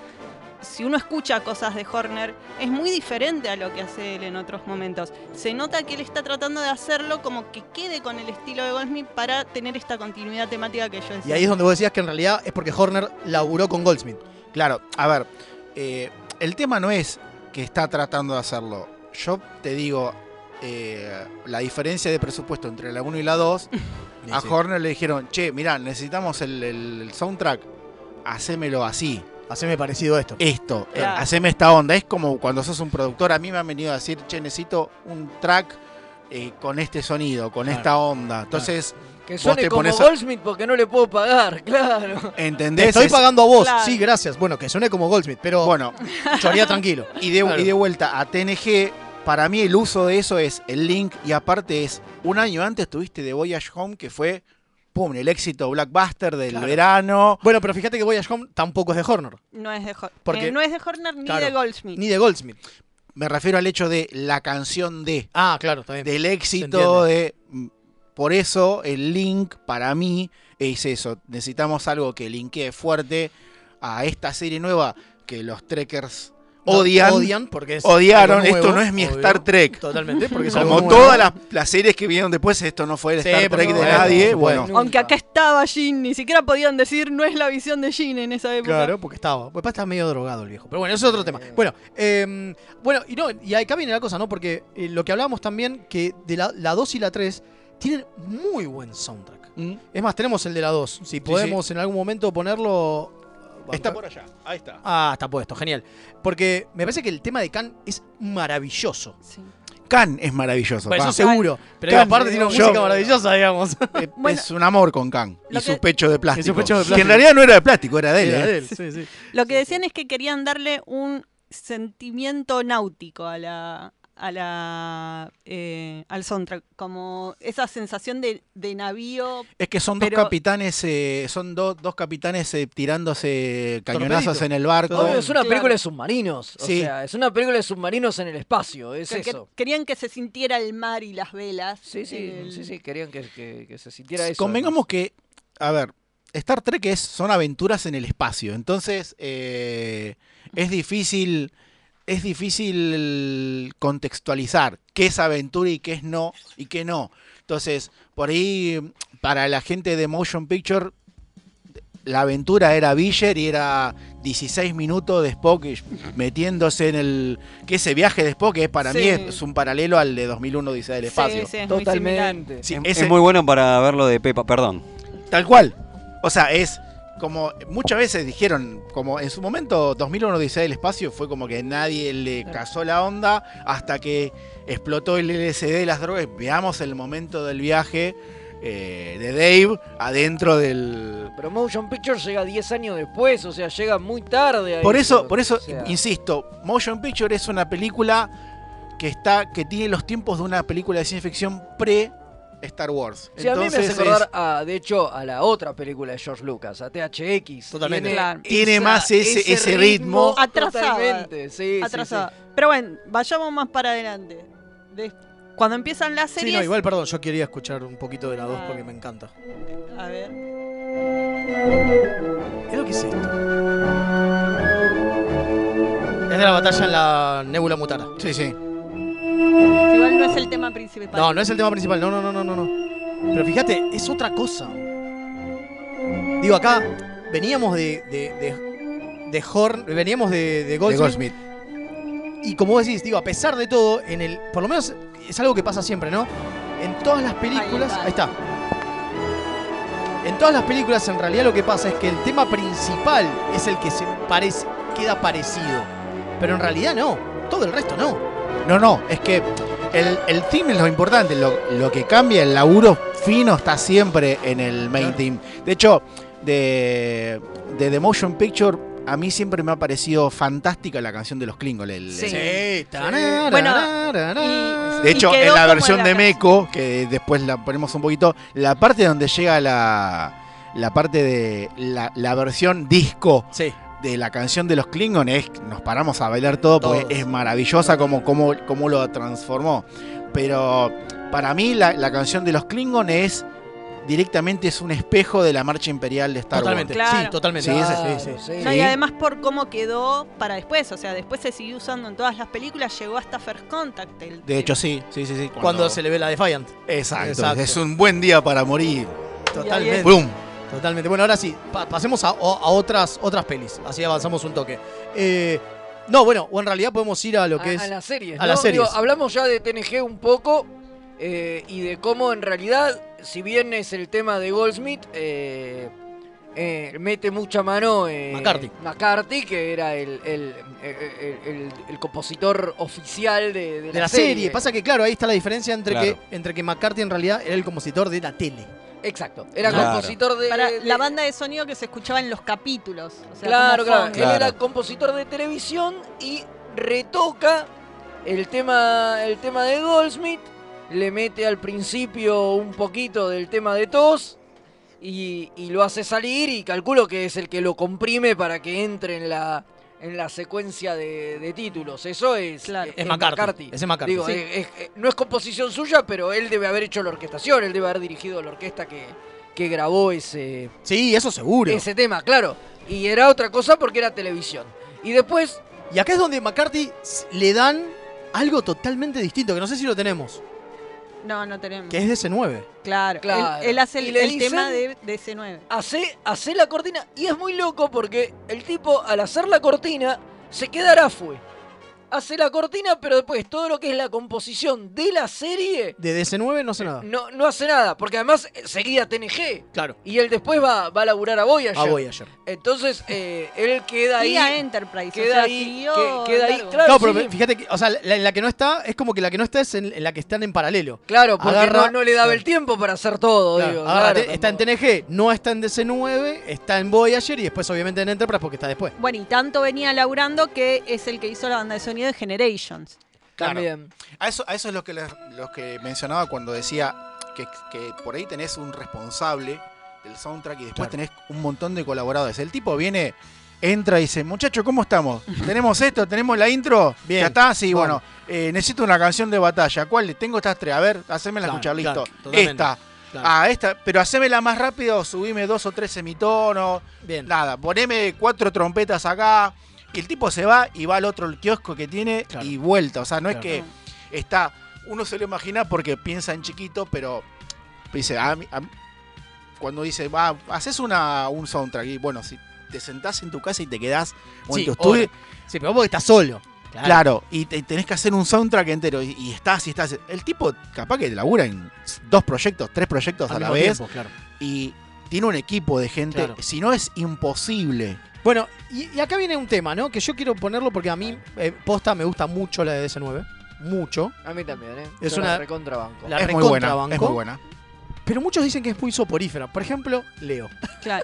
I: si uno escucha cosas de Horner, es muy diferente a lo que hace él en otros momentos. Se nota que él está tratando de hacerlo como que quede con el estilo de Goldsmith para tener esta continuidad temática que yo decía.
A: Y ahí es donde vos decías que en realidad es porque Horner laburó con Goldsmith.
D: Claro, a ver, eh, el tema no es que está tratando de hacerlo. Yo te digo, eh, la diferencia de presupuesto entre la 1 y la 2, a
A: sí.
D: Horner le dijeron, che, mirá, necesitamos el, el- el soundtrack, hacémelo así.
A: Haceme parecido a esto.
D: Esto, eh,
A: Claro.
D: haceme esta onda. Es como cuando sos un productor, a mí me han venido a decir, che, necesito un track eh, con este sonido, con
A: Claro.
D: esta onda. Entonces,
B: Que
D: vos
B: suene
D: te
B: como
D: pones a-
B: Goldsmith porque no le puedo pagar, claro.
A: Te
D: ¿entendés?
A: estoy
D: Es-
A: pagando a vos.
B: Claro.
A: Sí, gracias. Bueno, que suene como Goldsmith, pero
D: Bueno,
A: choría tranquilo.
D: Y de,
A: Claro.
D: y de vuelta a TNG, para mí el uso de eso es el link y aparte es, un año antes tuviste The Voyage Home que fue, pum, el éxito blockbuster del
A: Claro.
D: verano.
A: Bueno, pero fíjate que Voyage Home tampoco es de Horner,
I: No es de, Hor-
A: Porque-
I: eh, no es de Horner ni
A: Claro.
I: de Goldsmith.
A: ni de Goldsmith.
D: Me refiero al hecho de la canción de,
A: Ah, claro, está bien.
D: del éxito
A: entiende.
D: de... mm, Por eso el link para mí es eso. Necesitamos algo que linkee fuerte a esta serie nueva que los trekkers
A: No,
D: odian.
A: odian porque es
D: odiaron.
A: algo nuevo,
D: Esto no es mi
A: obvio.
D: Star Trek.
A: Totalmente, porque es algo
D: Como
A: nuevo.
D: todas las, las series que vinieron después, esto no fue el
A: Sí,
D: Star
A: por
D: Trek de
A: supuesto,
D: nadie.
A: por supuesto.
D: Bueno,
I: Aunque acá estaba Jean, ni siquiera podían decir no es la visión de Jean en esa época.
A: Claro, porque estaba. Pues estaba medio drogado el viejo. Pero bueno, eso es otro tema. Bueno, eh, bueno, y no, y acá viene la cosa, ¿no? Porque eh, lo que hablábamos también, que de la, la 2 y la 3 tienen muy buen soundtrack.
D: Mm.
A: Es más, tenemos el de la 2. Si podemos en algún momento ponerlo.
D: está por allá. Ahí está.
A: Ah, está puesto, genial. Porque me parece que el tema de Khan es maravilloso.
I: Sí.
D: Khan es maravilloso.
A: Bueno,
D: pa.
A: eso seguro. Pero digo,
D: Khan,
A: aparte tiene una
D: yo-
A: música maravillosa, digamos.
D: Eh, es un amor con Khan.
I: Lo
D: Y su
I: que-
D: pecho de plástico.
A: Y su pecho de
D: Que
A: plástico.
D: en realidad no era de plástico, era de él.
A: Era
D: eh.
A: de él, sí, sí.
I: Lo que decían es que querían darle un sentimiento náutico a la, a la, eh, al soundtrack, como esa sensación de, de navío.
D: Es que son
I: pero-
D: dos capitanes, eh, son do- dos capitanes eh, tirándose cañonazos
B: Torpedito.
D: en el barco.
B: Obvio, es una
I: Claro.
B: película de submarinos. O
D: Sí.
B: sea, es una película de submarinos en el espacio. Es
I: que- que
B: eso.
I: querían que se sintiera el mar y las velas.
B: Sí, sí,
I: el-
B: sí, sí, querían que, que- que se sintiera eso.
D: Convengamos que, a ver, Star Trek es, son aventuras en el espacio, entonces eh, es difícil, es difícil contextualizar qué es aventura y qué es no y qué no. Entonces, por ahí para la gente de Motion Picture la aventura era Biller y era 16 minutos de Spock y- metiéndose en el... que ese viaje de Spock es para
I: Sí.
D: mí es un paralelo al de 2001 Odisea del Espacio.
I: sí, es muy
B: Totalmente.
D: Sí,
G: Es,
D: ese-
G: muy bueno para verlo de Pepa, perdón.
D: Tal cual. O sea, es como muchas veces dijeron, como en su momento 2001 Odisea del Espacio fue como que nadie le cazó la onda hasta que explotó el LSD de las drogas. Veamos el momento del viaje eh, de Dave adentro del...
B: Pero Motion Picture llega 10 años después, o sea, llega muy tarde. a
D: Por eso, por eso,
B: o sea.
D: insisto, Motion Picture es una película que está que tiene los tiempos de una película de ciencia ficción pre Star Wars.
B: Sí, a mí me hace
D: Entonces es-
B: acordar, a, de hecho, a la otra película de George Lucas, a THX.
D: Totalmente.
B: Tiene,
D: Tiene
B: esa-
D: más ese- ese ritmo.
I: Atrasada.
B: Totalmente, sí, sí,
I: atrasada.
B: sí.
I: Pero bueno, vayamos más para adelante. Des- cuando empiezan las
A: Sí,
I: series.
A: no, igual, perdón, yo quería escuchar un poquito de la
B: Ah.
A: 2 porque me encanta.
I: A ver.
A: ¿Qué es lo que es esto? Es de la batalla en la Nebula Mutara.
D: Sí, sí.
I: Igual no es el tema principal.
A: No, no es el tema principal, no, no, no, no, no, no. Pero fíjate, es otra cosa. Digo, acá veníamos de. de, de, de Horn. Veníamos de, de
D: de
A: Goldsmith.
D: Goldsmith.
A: Y como vos decís, digo, a pesar de todo, en el. Por lo menos es algo que pasa siempre, ¿no? En todas las películas. Ahí está. En todas las películas, en realidad, lo que pasa es que el tema principal es el que se parece, queda parecido. Pero en realidad no. Todo el resto no.
D: No, no, es que el, el team es lo importante. Lo, lo que cambia, el laburo fino está siempre en el main team. De hecho, de, de The Motion Picture, a mí siempre me ha parecido fantástica la canción de los Klingol. el-
A: Sí.
I: Bueno,
D: De hecho,
I: y quedó
D: en la
I: como
D: versión
I: la
D: de
I: canción.
D: Meco, que después la ponemos un poquito, la parte donde llega la, la parte de la, la versión disco de la canción de los Klingon, es, nos paramos a bailar todo porque
A: Todos.
D: es maravillosa como, como, como lo transformó. Pero para mí la, la canción de los Klingon es directamente es un espejo de la marcha imperial de Star
A: Totalmente,
D: Wars.
A: sí, totalmente. Ah.
D: Sí, ese-
A: Claro,
D: sí, sí.
I: No, y
D: Sí.
I: además por cómo quedó para después, o sea, después se siguió usando en todas las películas, llegó hasta First Contact. el-
D: De hecho, sí, sí, sí, sí.
A: Cuando, se le ve la Defiant.
D: Exacto,
A: Exacto.
D: Es un buen día para morir.
A: Totalmente.
D: ¡Bum!
A: Totalmente. Bueno, ahora sí, pa- pasemos a, o- a otras, otras pelis. Así avanzamos un toque. Eh, no, bueno, o en realidad podemos ir a lo que
B: a,
A: es.
B: a las series.
A: a
B: ¿no?
A: las series.
B: Digo, hablamos ya de TNG un poco eh, y de cómo en realidad, si bien es el tema de Goldsmith, eh, eh, mete mucha mano eh,
A: McCarthy.
B: McCarthy, que era el, el- el- el- el- el compositor oficial de, de
A: de la serie. Pasa que, claro, ahí está la diferencia entre,
G: Claro.
A: que, entre que McCarthy en realidad era el compositor de la tele.
B: Exacto, era
G: Claro.
B: compositor de...
I: Para
B: de-
I: la banda de sonido que se escuchaba en los capítulos. o sea,
B: Claro,
I: como
B: claro.
I: fondo.
B: Él era compositor de televisión y retoca el tema, el tema de Goldsmith. Le mete al principio un poquito del tema de tos y, y lo hace salir y calculo que es el que lo comprime para que entre en la en la secuencia de, de títulos. Eso es, eh,
A: Es McCarthy, ese McCarthy,
B: Digo,
A: sí.
B: eh, es- eh, no es composición suya, pero él debe haber hecho la orquestación, él debe haber dirigido la orquesta que, que grabó ese,
A: Sí, eso seguro.
B: ese tema, claro. Y era otra cosa porque era televisión. Y después,
A: Y acá es donde McCarthy s- le dan algo totalmente distinto, que no sé si lo tenemos,
I: No, no tenemos.
A: que es DC9.
I: Claro,
B: Claro.
I: Él, él hace
B: Y
I: el,
B: le
I: el
B: dicen-
I: tema de, de ese 9.
B: hace, hace la cortina. Y es muy loco porque el tipo, al hacer la cortina, se queda fue Hace la cortina, pero después todo lo que es la composición de la serie
A: De DC9 no sé nada.
B: no, no hace nada. Porque además eh, seguía TNG.
A: Ah. Claro.
B: Y él después va, va a laburar a Voyager.
A: A Voyager.
B: Entonces, eh, él queda ahí.
I: Y a Enterprise.
B: queda
I: o sea,
B: ahí,
I: siguió
B: que- queda ahí,
I: largo.
B: claro.
A: no, pero
B: sí.
A: fíjate que, o sea, la, en la que no está, es como que la que no está es en, en la que están en paralelo.
B: Claro, porque
A: Agarra-
B: no, no le daba el tiempo para hacer todo,
A: Claro,
B: digo.
A: agarra,
B: claro,
A: te- está en TNG, no está en DC9, está en Voyager y después obviamente en Enterprise porque está después.
I: Bueno, y tanto venía laburando que es el que hizo la banda de sonido de Generations.
D: Claro.
B: También.
D: A eso, a eso es lo que, les- lo que mencionaba cuando decía que, que por ahí tenés un responsable del soundtrack y después
A: Claro.
D: tenés un montón de colaboradores. El tipo viene, entra y dice, muchacho, ¿cómo estamos? ¿Tenemos esto? ¿Tenemos la intro?
A: Bien.
D: ¿Ya está? Sí,
A: Bueno.
D: bueno. eh, necesito una canción de batalla. ¿Cuál? le Tengo estas tres. A ver, hacémela
A: Claro,
D: escuchar.
A: claro,
D: Listo.
A: totalmente.
D: esta.
A: Claro.
D: Ah, esta. Pero hacémela más rápido. Subime dos o tres semitonos.
A: Bien.
D: Nada. Poneme cuatro trompetas acá. Y el tipo se va y va al otro kiosco que tiene y vuelta. O sea, no
A: Claro.
D: es que está. Uno se lo imagina porque piensa en chiquito, pero dice, a mí- a mí- cuando dice, va, haces una, un soundtrack y bueno, si te sentás en tu casa y te quedás o
A: Sí,
D: en tu estudio,
A: obvio. Sí, pero vos porque estás solo.
D: Claro. y te- tenés que hacer un soundtrack entero. Y, y estás, y estás. El tipo capaz que labura en dos proyectos, tres proyectos
A: Al
D: a la
A: mismo
D: vez.
A: tiempo, claro.
D: Y tiene un equipo de gente.
A: Claro.
D: Si no, es imposible.
A: Bueno, y, y acá viene un tema, ¿no? Que yo quiero ponerlo porque a mí, eh, posta, me gusta mucho la de DS9. Mucho.
B: A mí también, ¿eh?
A: Es
B: Yo
A: una-
B: la recontrabanco.
A: La
D: es muy buena.
A: recontra
D: Es
A: banco.
D: muy buena.
A: Pero muchos dicen que es muy soporífera. Por ejemplo, Leo.
I: Claro.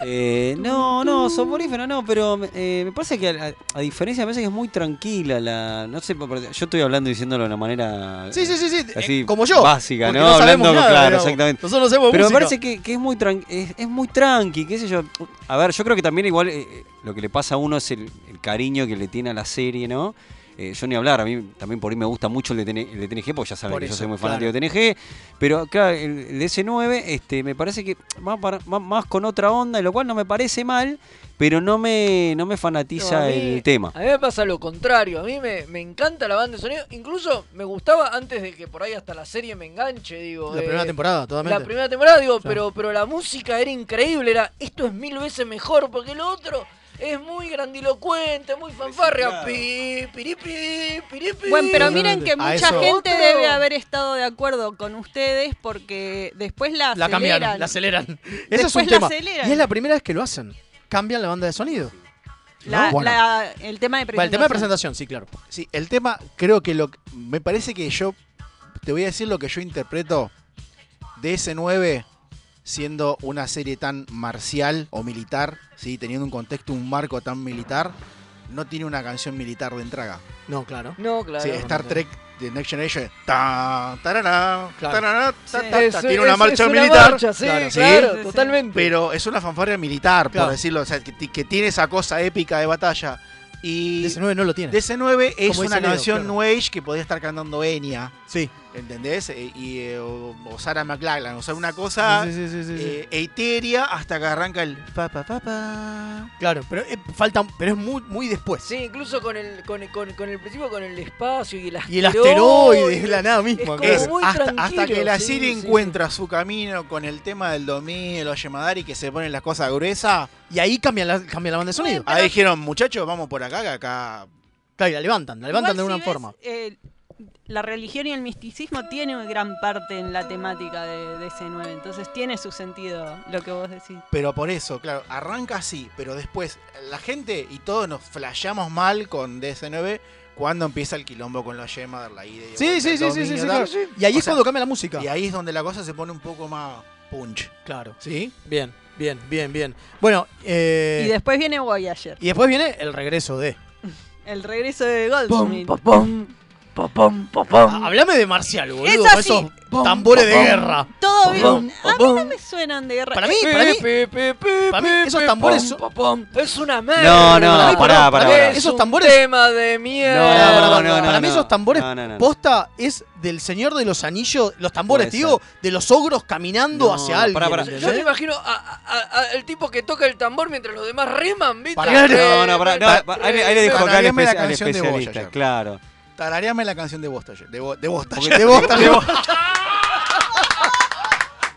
G: Eh, no, no, soporífero no, pero eh, me parece que a, a diferencia, me parece que es muy tranquila la. No sé, pero yo estoy hablando y diciéndolo de una manera.
A: Sí, sí, sí, sí,
G: Así,
A: eh, como yo,
G: Básica,
A: porque
G: ¿no?
A: no sabemos
G: hablando
A: nada,
G: claro,
A: digamos.
G: exactamente.
A: Nosotros no somos
G: Pero me
A: músicos.
G: parece que, que es muy tran- es, es muy tranqui, qué sé yo. A ver, yo creo que también igual eh, eh, lo que le pasa a uno es el, el cariño que le tiene a la serie, ¿no? Eh, yo ni hablar, a mí también por ahí me gusta mucho el de, TN el de TNG, porque ya saben
A: Por
G: que
A: eso,
G: yo soy muy
A: claro.
G: fanático de TNG, pero acá el, el S9 este, me parece que va para- va más con otra onda, lo cual no me parece mal, pero no me, no me fanatiza
B: No, a mí-
G: el tema.
B: A mí me pasa lo contrario. A mí me, me encanta la banda de sonido. Incluso me gustaba antes de que por ahí hasta la serie me enganche, digo.
A: La
B: eh,
A: primera temporada, totalmente.
B: La primera temporada, digo,
A: Sí.
B: pero, pero la música era increíble. Era esto es mil veces mejor porque lo otro. Es muy grandilocuente, muy fanfarria. Pi, piripi, piripi.
I: Bueno, pero miren que
B: A
I: mucha
B: eso-
I: gente
B: Otro.
I: debe haber estado de acuerdo con ustedes porque después la
A: La
I: aceleran.
A: cambiaron, la aceleran. Ese es
I: Después
A: un
I: la
A: tema.
I: aceleran.
A: Y es la primera vez que lo hacen. Cambian la banda de sonido.
I: La-
A: ¿No? Bueno.
I: la- el tema de presentación.
A: Bueno, el tema de presentación, sí, claro.
D: Sí, el tema, creo que lo. Me parece que yo. Te voy a decir lo que yo interpreto de ese 9 siendo una serie tan marcial o militar, ¿sí? teniendo un contexto, un marco tan militar, no tiene una canción militar de entrada.
A: No, claro.
B: No, claro.
D: Sí, Star Trek The Next Generation. ta, tarará,
A: Claro.
D: tarará, ta, ta, ta,
B: Es-
D: tiene una
B: es-
D: marcha
B: es una
D: militar.
B: marcha, sí, claro, totalmente.
D: Pero es una fanfarria militar,
A: Claro.
D: por decirlo. O sea, que, ti- que tiene esa cosa épica de batalla. Y
A: DS9 no lo tiene.
D: DC9 es
A: Como dice
D: una
A: Leo,
D: canción
A: claro.
D: New Age que podría estar cantando Enya.
A: Sí.
D: ¿Entendés? E- Y, eh, o, o Sarah McLachlan. O sea, una cosa
A: Sí, sí, sí, sí, sí.
D: eh, etérea hasta que arranca el pa, pa, pa, pa.
A: Claro, pero eh, faltan, pero es muy, muy después.
B: Sí, incluso con el, con, con- con el principio, con el espacio y el asteroide.
A: Y el asteroide, es la nada misma.
B: Es como
A: claro.
B: muy
D: hasta, hasta que
B: tranquilo,
D: la
B: sí,
D: serie
B: sí,
D: encuentra su camino con el tema del 2000, los Yemadari que se ponen las cosas gruesas.
A: Y ahí cambian la, cambian la banda de sonido.
D: Ahí dijeron, muchachos, vamos por acá, que acá.
A: Claro, y la levantan, la levantan
I: Igual
A: de
I: si
A: una
I: ves,
A: forma.
I: eh, la religión y el misticismo tienen gran parte en la temática de, de ese 9, entonces tiene su sentido lo que vos decís.
D: Pero por eso, claro, arranca así, pero después la gente y todos nos flasheamos mal con DC9 cuando empieza el quilombo con los Yemadar, la ida y
A: Sí,
D: vuelta,
A: sí, sí, sí,
D: el
A: sí, sí,
D: dominio, tal.
A: claro. Y ahí
D: O
A: es
D: sea,
A: cuando cambia la música.
D: Y ahí es donde la cosa se pone un poco más punch.
A: Claro.
D: ¿Sí?
A: Bien, bien, bien, bien. Bueno, eh,
I: y después viene Voyager,
A: y después viene el regreso de.
I: el regreso de Goldsmith.
A: Ah, Hablame de Marcial, boludo.
I: Es
A: con
I: así.
A: esos tambores de guerra.
I: Todo bien.
A: Pum,
I: A mí no me suenan de guerra.
A: Para mí, para mí, para mí esos tambores son.
B: Es una merda.
G: No, no,
B: Para mí,
G: pará, pará, pará.
B: Es
A: Esos
B: un
A: tambores-
B: tema de mierda.
A: Pará, pará,
G: no,
A: pará.
G: no,
A: para mí
G: no.
A: esos tambores
G: No, no, no.
A: posta es del Señor de los Anillos, los tambores,
G: Puede
A: tío, de los ogros caminando
G: No,
A: hacia alguien.
G: pará, pará.
A: ¿entendés?
B: Yo me imagino a- a- a- al tipo que toca el tambor mientras los demás reman, ¿viste?
D: Pará,
G: No, no, pará, no,
B: Re-
G: ahí le- ahí le dejo acá al,
D: Tarareame la
G: espe- al
D: canción de
G: especialista,
D: Voyager.
G: claro.
D: Tarareame la canción de Bostager. De, Bo- de
G: Porque-
D: Bostager. De Bostager.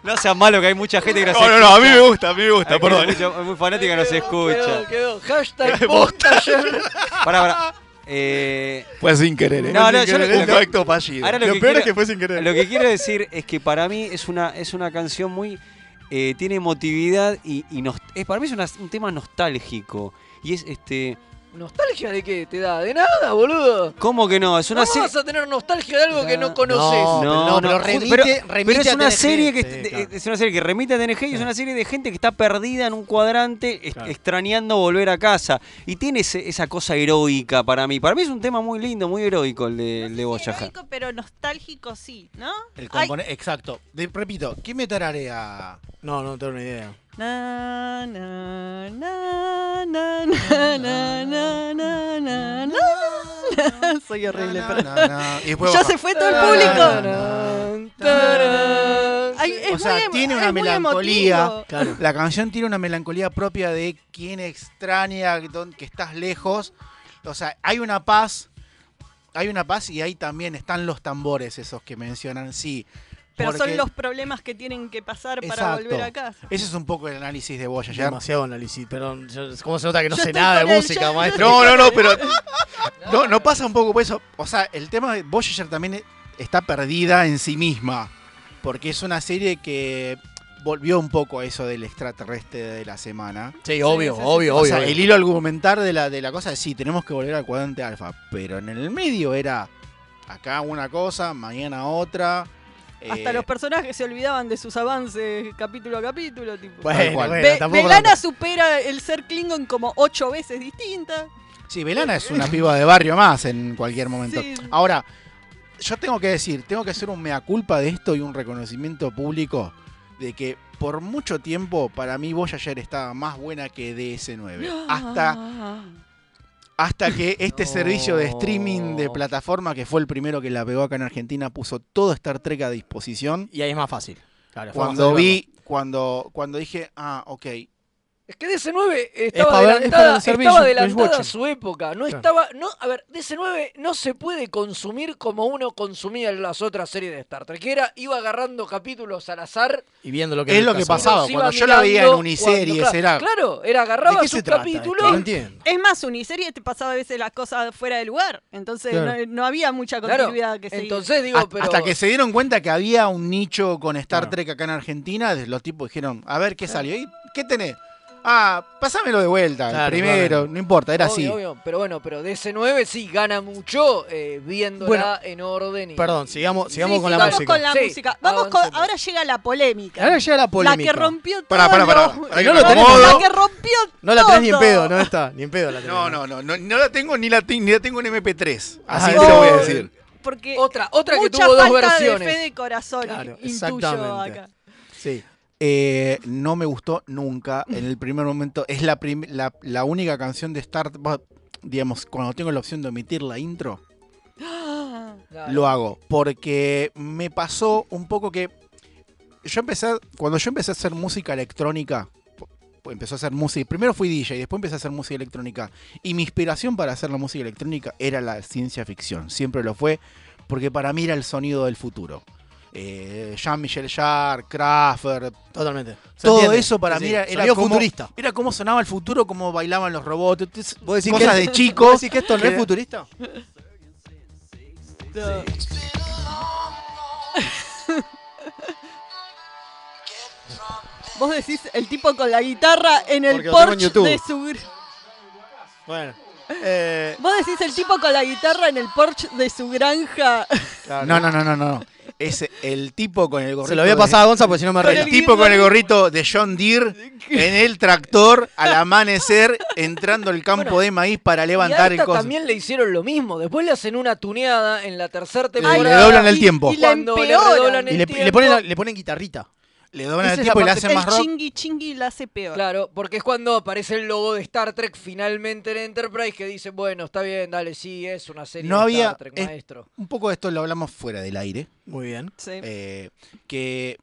G: No sea malo que hay mucha gente que nos
K: No, no, no, a mí me gusta, a mí me gusta,
G: Hay
K: perdón.
G: mucha- hay muy fanática que nos
B: Quedó,
G: escucha.
B: quedó. Hashtag Bostager.
G: Pará, pará. Eh,
K: Fue sin querer, ¿eh?
G: No,
K: Fue
G: no,
K: sin
G: yo lo-
K: querer.
G: lo
K: Un
G: que-
K: acto fallido.
G: ahora
K: Lo peor es que
G: quiero-
K: fue sin querer.
G: Lo que quiero decir es que para mí es una, es una canción muy. eh, tiene emotividad y, y nos- es, para mí es una- un tema nostálgico. Y es este.
B: ¿Nostalgia de qué te da? ¿De nada, boludo?
G: ¿Cómo que no? Es una
B: ¿Cómo
G: se-
B: vas a tener nostalgia de algo que no conoces?
A: no, pero remite- remite
G: pero es
A: a
G: una
A: TNG.
G: serie que
A: Sí,
G: est-
A: claro.
G: es una serie que remite a TNG y es una serie de gente que está perdida en un cuadrante est- extrañando volver a casa y tiene ese- esa cosa heroica para mí. Para mí es un tema muy lindo, muy heroico el de, el de Voyager.
I: Pero nostálgico sí, ¿no?
D: El compone- Exacto. De- repito, ¿qué me tararea? No, no tengo ni idea.
I: Na, na, na, na, na, na, na, na, na, na. Soy horrible, pero.
D: Y después
I: Ya
D: baja.
I: se fue todo el
D: Na, na,
I: público.
B: Ay,
I: es
D: o sea,
I: muy emo-
D: tiene
I: es
D: una
I: muy
D: melancolía.
I: emotivo.
A: Claro.
D: La canción tiene una melancolía propia de quien extraña don- que estás lejos. O sea, hay una paz. Hay una paz y ahí también están los tambores esos que mencionan, sí.
I: Pero
D: porque-
I: son los problemas que tienen que pasar para
D: Exacto.
I: volver a casa.
D: Ese es un poco el análisis de Voyager.
A: Demasiado análisis, perdón. yo- ¿Cómo se nota que no
D: Yo
A: sé
D: estoy
A: nada de
D: con él,
A: música,
D: yo-
A: maestro?
D: No, no, no, pero. No, no pasa un poco por eso. O sea, el tema de Voyager también está perdida en sí misma. Porque es una serie que volvió un poco a eso del extraterrestre de la semana.
A: Sí, obvio, obvio,
D: O
A: obvio,
D: sea,
A: obvio.
D: el hilo argumentar de la, de la cosa es sí, tenemos que volver al cuadrante alfa. Pero en el medio era acá una cosa, mañana otra.
I: Hasta
D: eh,
I: los personajes se olvidaban de sus avances capítulo a capítulo. Tipo.
D: Bueno, Tal cual. bueno,
I: Be-
D: tampoco
I: Belana
D: tanto.
I: supera el ser Klingon como ocho veces distinta.
D: Sí, Belana es una piba de barrio más en cualquier momento.
I: Sí.
D: Ahora, yo tengo que decir, tengo que hacer un mea culpa de esto y un reconocimiento público de que por mucho tiempo para mí Voyager estaba más buena que DS9. Hasta, hasta que este servicio de streaming de plataforma, que fue el primero que la pegó acá en Argentina, puso todo Star Trek a disposición.
A: Y ahí es más fácil. Claro, fue
D: Cuando
A: más fácil
D: vi, cuando, cuando dije, ah, ok,
B: Es que DC9 estaba
D: para ver- es
B: adelantada,
D: para el servicio,
B: estaba
D: binge
B: adelantada a
D: watching.
B: su época. No
D: Claro.
B: estaba. No, a ver, DC9 no se puede consumir como uno consumía las otras series de Star Trek. Que era, iba agarrando capítulos al azar.
A: verlo. Y viendo lo que
D: Es
A: me
D: lo que
A: pasaba.
D: pasaba.
B: se iba
D: Cuando yo la veía en
B: mirando,
D: uniseries,
B: cuando-
D: era.
B: Claro, era agarraba
A: ¿De qué
B: su
A: se trata
B: capítulo.
A: esto? No entiendo.
I: Es más, uniserie te pasaba a veces las cosas fuera de lugar. Entonces
D: Claro.
I: no, no había mucha
B: Claro,
I: continuidad que seguir.
B: entonces digo,
D: Hasta-
B: pero.
D: Hasta que se dieron cuenta que había un nicho con Star Trek acá en Argentina, de- los tipos dijeron, a ver qué salió. ¿Y qué tenés? Ah, pasámelo de vuelta, el
A: Claro,
D: primero,
A: claramente.
D: no importa, era
B: Obvio,
D: así.
B: obvio, Pero bueno, pero DC9 sí gana mucho eh, viéndola
A: Bueno,
B: en orden. y-
A: Perdón, sigamos, sigamos
I: Sí,
A: con
I: sí,
A: la
I: vamos
A: música.
I: con la
B: Sí, pues.
I: música. Vamos con-
B: avancemos.
I: ahora llega la polémica.
A: Ahora llega la
I: La
A: polémica.
I: que rompió
D: Eh, Pará,
I: todo
D: pará, pará, pará,
I: lo-
D: que
I: la
D: me
I: que-
D: acomodo.
I: la que rompió
A: No la tenés ni en
I: todo.
A: pedo, no está, ni en pedo la tenés.
D: No, no, no, no, no la tengo ni la, ti- ni la tengo en MP3. Así
A: Ah,
D: te lo voy a
B: Oh.
A: no.
D: decir.
I: Porque
B: Otra, otra que
I: mucha
B: tuvo dos
I: falta de
B: versiones.
I: fe de corazón.
A: Claro,
I: intuyo
A: exactamente.
I: acá.
A: Sí.
D: Eh, no me gustó nunca. En el primer momento es la, prim- la, la única canción de Star va, digamos, cuando tengo la opción de omitir la intro,
B: Claro.
D: lo hago. Porque me pasó un poco que. Yo empecé. a- Cuando yo empecé a hacer música electrónica. po- pues, Empezó a hacer música. Primero fui DJ, después empecé a hacer música electrónica. Y mi inspiración para hacer la música electrónica era la ciencia ficción. Siempre lo fue. Porque para mí era el sonido del futuro. Eh, Jean-Michel Jarre, Kraftwerk,
A: Totalmente. Se
D: todo
A: entiende.
D: eso para
A: Sí,
D: mí
A: sí.
D: era, era
A: Sonido
D: como,
A: futurista.
D: Era como sonaba el futuro, cómo bailaban los robots. entonces,
A: ¿Vos decís
D: cosas
A: que-
D: de
A: ¿Vos
D: chicos.
A: decís que esto no es futurista?
I: Vos decís el tipo con la guitarra en el
A: Porque lo tengo en
I: porche
A: YouTube.
I: de su gr-
A: Bueno. Eh,
I: Vos decís el tipo con la guitarra en el porche de su granja.
D: No, no, no, no, no. Es el tipo con el gorrito.
A: Se lo había
D: de-
A: pasado a Gonza porque si no me
D: El
A: arregla.
D: tipo con el gorrito de John Deere en el tractor al amanecer entrando al campo de maíz
B: y
D: para
B: a
D: levantar
B: esta
D: el coso.
B: también le hicieron lo mismo. Después le hacen una tuneada en la tercera temporada.
D: le doblan el tiempo.
I: Y la
B: Cuando le
I: empeoran.
B: redoblan el
A: Y le, y le
B: tiempo-
A: ponen, la- le ponen guitarrita.
D: Le doblan
B: Esa
D: el
B: es la
D: tiempo y le
B: parte-
D: hacen más
I: El
D: rock.
I: chingui chingui la hace peor.
B: Claro, porque es cuando aparece el logo de Star Trek finalmente en Enterprise que dice, bueno, está bien, dale, sí, es una serie
D: No
B: de
D: había.
B: Star Trek,
D: es-
B: maestro.
D: un poco de esto lo hablamos fuera del aire.
A: Muy bien.
I: Sí.
D: eh, que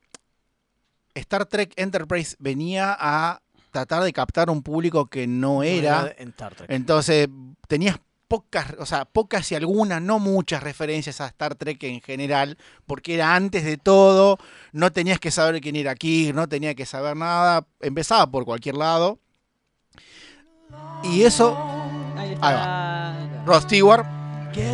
D: Star Trek Enterprise venía a tratar de captar un público que no era.
A: en Star Trek.
D: Entonces, tenías pocas, o sea, pocas y algunas, no muchas referencias a Star Trek en general, porque era antes de todo, no tenías que saber quién era Kirk, no tenías que saber nada, empezaba por cualquier lado. Y eso,
I: Ahí
D: ahí
I: está.
D: Ross Stewart,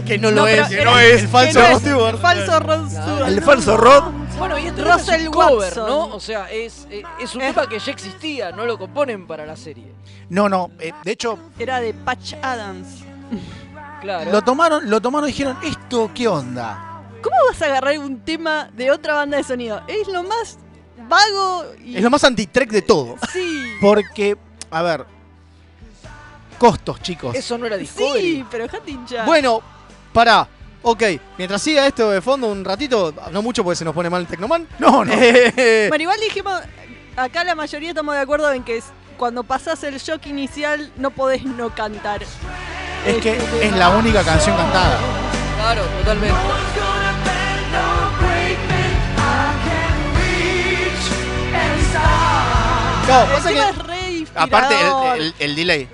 A: Que no lo es.
I: pero
A: Que no
I: era-
A: es, falso
I: que no
A: Rod
I: es,
A: Stewart.
I: Falso Rod Stewart.
A: El falso Rod.
B: Bueno, y este tema es
I: Russell
B: un cover,
I: Watson.
B: ¿no? O sea, es, eh, es un tema que ya existía, no lo componen para la serie.
D: No, no, eh, de hecho,
I: Era de Patch Adams.
B: Claro.
D: lo tomaron, lo tomaron y dijeron, ¿esto qué onda?
I: ¿Cómo vas a agarrar un tema de otra banda de sonido? Es lo más vago y.
A: Es lo más anti-trek de todo.
I: Sí.
D: Porque, a ver, costos, chicos.
B: Eso no era Discovery.
I: Sí, pero dejate hinchar.
A: Bueno, pará. Ok, mientras siga esto de fondo un ratito, no mucho porque se nos pone mal el Tecnoman. Eh,
D: No, no.
I: Bueno, igual dijimos, acá la mayoría estamos de acuerdo en que es- cuando pasás el shock inicial no podés no cantar.
D: Es que es la única canción cantada.
B: Claro, totalmente.
A: No, pasa
I: Encima
A: que-
I: es re inspirador.
A: Aparte, el, el- el delay.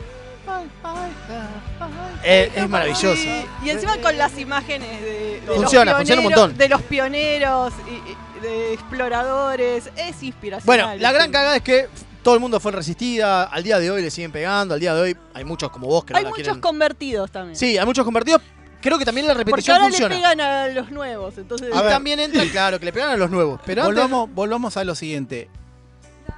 A: Eh, Es, es maravilloso.
I: Y, y encima con las imágenes de, de
A: Funciona,
I: los pioneros,
A: funciona un montón.
I: de los pioneros y, y de exploradores, es inspiracional.
A: Bueno, la gran
I: Sí.
A: cagada es que todo el mundo fue resistida. Al día de hoy le siguen pegando. Al día de hoy hay muchos como vos que no
I: Hay
A: la
I: muchos
A: quieren.
I: convertidos también.
A: Sí, hay muchos convertidos. Creo que también la
I: Porque
A: repetición
I: ahora
A: funciona.
I: le pegan a los nuevos, entonces
A: Y también entra, claro, que le pegan a los nuevos. Pero antes-
D: volvamos, volvamos a lo siguiente.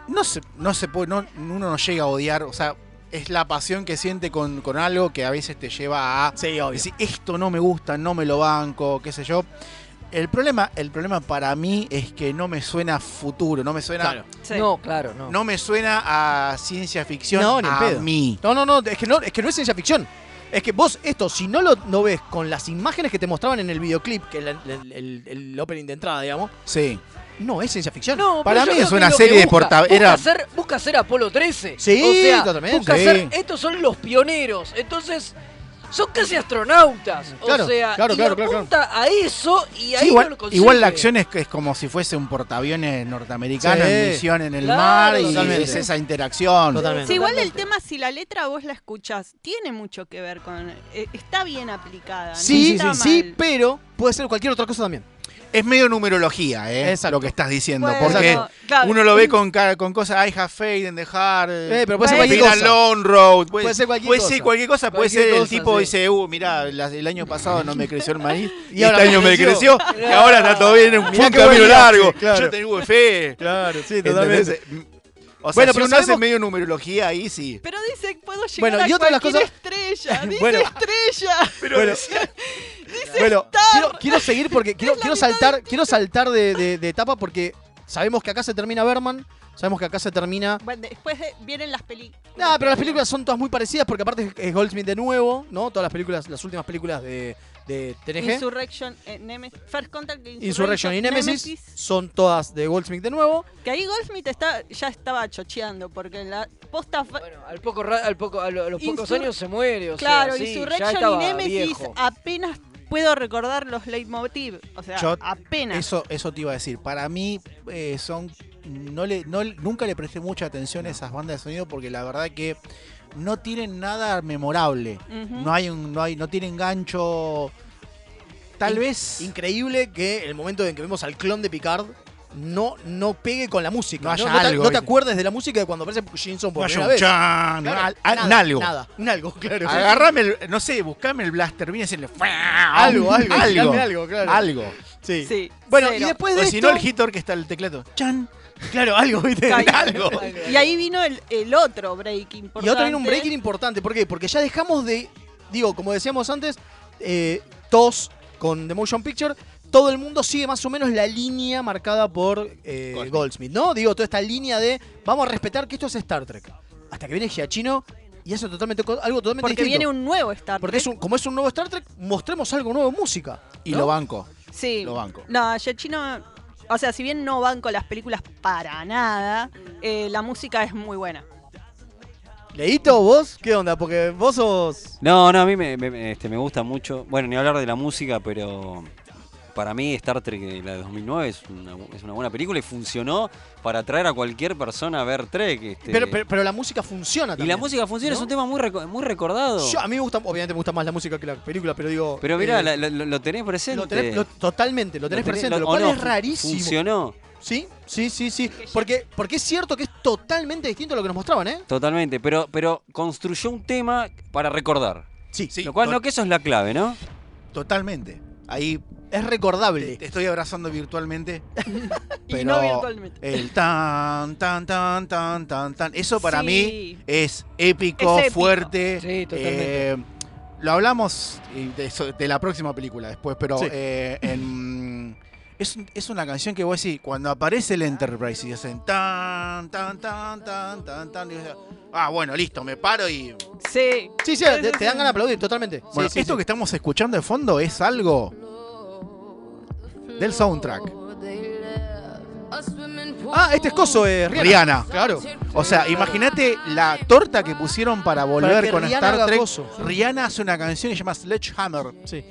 D: No se, no se puede, no- uno no llega a odiar, o sea, es la pasión que siente con, con algo que a veces te lleva a decir esto no me gusta, no me lo banco, qué sé yo. El problema, el problema para mí es que no me suena a futuro, no me suena,
A: Claro.
I: Sí.
B: No, claro, no.
D: no me suena a ciencia ficción.
A: No, ni en
D: a
A: pedo.
D: mí.
A: No, no, no, es que no, es que no es ciencia ficción. Es que vos esto, si no lo no ves con las imágenes que te mostraban en el videoclip, que es la- el, el- el opening de entrada, digamos,
D: Sí.
A: no es ciencia ficción.
B: No, pero
D: Para
B: yo
D: mí
B: creo
D: es
B: que
D: una
B: lo
D: serie
B: que
D: de
B: busca.
D: porta-
B: Busca
D: era-
B: hacer- busca hacer Apolo 13.
A: Sí,
B: o sea,
A: totalmente.
B: Busca
A: Sí.
B: hacer- estos son los pioneros. Entonces, son casi astronautas.
A: Claro,
B: o sea,
A: claro,
B: y
A: claro, claro,
B: apunta a eso y ahí
D: Sí, igual,
B: no lo consigue.
D: igual la acción es, es como si fuese un portaaviones norteamericano
A: Sí.
D: en misión en el
B: Claro,
D: mar y
A: totalmente.
D: es esa interacción.
A: Totalmente.
I: Sí, igual el tema, si la letra vos la escuchás, tiene mucho que ver con. eh, está bien aplicada.
A: Sí, sí,
I: no está
A: sí, sí,
I: mal.
A: pero puede ser cualquier otra cosa también.
D: Es medio numerología, ¿eh?
A: Exacto.
D: Lo que estás diciendo.
I: Bueno,
D: porque
I: claro.
D: uno lo ve con, ca- con cosas, I have faith in the heart.
A: Eh, pero puede ser cualquier
D: Pira
A: cosa.
D: Long Road. Puede,
A: Puede ser cualquier
D: puede
A: cosa.
D: ser cualquier cosa. Puede
A: Cualquier
D: ser el
A: cosa,
D: tipo
A: sí.
D: dice, uh, mirá, la- el año pasado no me creció el maíz.
A: Y
D: y este
A: ahora me
D: año me
A: creció.
D: creció. y ahora está todo bien.
A: Mirá
D: Fue un
A: qué buen
D: camino
A: viaje,
D: largo.
A: claro.
D: Yo tengo fe.
A: Claro, sí,
D: ¿Entendés? O sea,
A: Bueno,
D: si
A: pero
D: uno hace
A: sabemos-
D: medio numerología ahí, sí.
I: Pero dice, puedo llegar
A: Bueno,
I: a
A: y otra de las
I: cualquier
A: cosas-
I: estrella. Dice
A: Bueno.
I: estrella.
A: Bueno,
I: Dice
A: bueno,
I: star.
A: quiero, quiero seguir porque quiero, quiero saltar, quiero saltar de, de- de etapa porque sabemos que acá se termina Berman, sabemos que acá se termina
I: Bueno, después de- vienen las películas.
A: Nah, pero las películas son todas muy parecidas porque aparte es- es Goldsmith de nuevo, ¿no? Todas las películas, las últimas películas de, de TNG,
I: Insurrection, eh, Nemes- First Contact,
A: Insurrection y Nemesis, son todas de Goldsmith de nuevo.
I: Que ahí Goldsmith está, ya estaba chocheando, porque en la posta. fa-
B: Al poco, ra- al poco, a lo- a los pocos
I: Insur-
B: años se muere. O
I: claro,
B: sea, sí, ya
I: Insurrection y
B: estaba
I: Nemesis
B: viejo.
I: apenas puedo recordar los leitmotiv. O sea,
D: Yo-
I: apenas.
D: Eso, eso te iba a decir. Para mí eh, son no le, no, nunca le presté mucha atención a esas bandas de sonido porque la verdad que no tienen nada memorable.
I: Ujú.
D: No hay un, no hay, no tienen gancho. Tal
A: In-
D: vez
A: Increíble que el momento en que vemos al clon de Picard no, no pegue con la música.
D: No haya
A: te-
D: algo,
A: no te
D: ¿viste?
A: acuerdes de la música de cuando aparece Shinson por
D: no haya
A: primera
D: un
A: vez.
D: chan,
A: Claro,
D: al- al- un
A: nada,
D: algo.
A: Nada, un algo, claro.
D: Agarrame el, no sé, buscame el blaster, viene haciendo
A: Algo, algo,
D: algo,
A: tirame algo, claro.
D: algo.
A: Sí.
I: Sí,
A: Bueno,
I: cero.
A: y después de
D: O si no
A: esto...
D: el hitor que está el teclado. Chan,
A: Claro, algo, ¿viste?
I: Caí.
D: algo.
I: Y ahí vino el, el otro break importante.
A: Y otro viene un breaking importante. ¿Por qué? Porque ya dejamos de. Digo, como decíamos antes, eh, TOS con The Motion Picture. Todo el mundo sigue más o menos la línea marcada por eh, Goldsmith. ¿no? Digo, toda esta línea de vamos a respetar que esto es Star Trek. Hasta que viene Giachino y hace totalmente, co- algo totalmente
I: Porque
A: distinto.
I: viene un nuevo Star Trek.
A: Porque es un- como es un nuevo Star Trek, mostremos algo nuevo en música.
D: Y
A: ¿no?
D: lo banco,
I: Sí.
D: lo banco.
I: No, Giacchino. O sea, si bien no banco las películas para nada, eh, la música es muy buena.
A: Leito, vos, ¿qué onda? Porque vos sos.
G: No, no, a mí me, me- este, me gusta mucho. Bueno, ni hablar de la música, pero para mí Star Trek, eh, la de 2009, es una, bu- es una buena película y funcionó para atraer a cualquier persona a ver Trek. este.
A: Pero, pero- pero la música funciona
G: y
A: también.
G: la música funciona,
A: ¿no?
G: es un tema muy, reco- muy recordado.
A: Yo- a mí me gusta, obviamente me gusta más la música que la película, pero digo.
G: pero mirá,
A: eh,
G: la- la- lo, lo tenés presente.
A: Lo tenés- lo- totalmente, lo tenés
G: Lo tenés-
A: presente,
G: lo-
A: lo
G: o
A: cual
G: no,
A: es
G: fu-
A: rarísimo.
G: funcionó.
A: Sí, sí, sí, sí. Porque, porque es cierto que es totalmente distinto a lo que nos mostraban, ¿eh?
G: Totalmente, pero, pero construyó un tema para recordar.
A: Sí,
G: Lo cual no que eso es la clave, ¿no?
D: Totalmente. Ahí
A: es recordable.
D: te, te estoy abrazando virtualmente.
I: Y
D: pero
I: no virtualmente.
D: El tan, tan, tan, tan, tan, tan. Eso para
I: Sí.
D: mí es épico,
I: Es épico.
D: fuerte.
B: Sí, totalmente.
D: Eh, lo hablamos eh, de, eso- de la próxima película después, pero
A: Sí.
D: eh, en- es, un- es una canción que vos decís, cuando aparece el Enterprise y hacen tan, tan, tan, tan, tan, tan, y vos decís, ah, bueno, listo, me paro y...
I: Sí.
A: Sí, sí, te, te dan ganas de aplaudir, totalmente. Sí,
D: Bueno,
A: sí,
D: esto
A: sí.
D: que estamos escuchando de fondo es algo del soundtrack.
A: Ah, este es coso,
I: Uh,
A: eh, Rihanna.
D: Rihanna.
A: Claro.
D: O sea, imagínate la torta que pusieron para volver
A: que
D: con
A: Rihanna haga
D: Star Trek.
A: coso.
D: Rihanna hace una canción que se llama Sledgehammer.
A: Sí.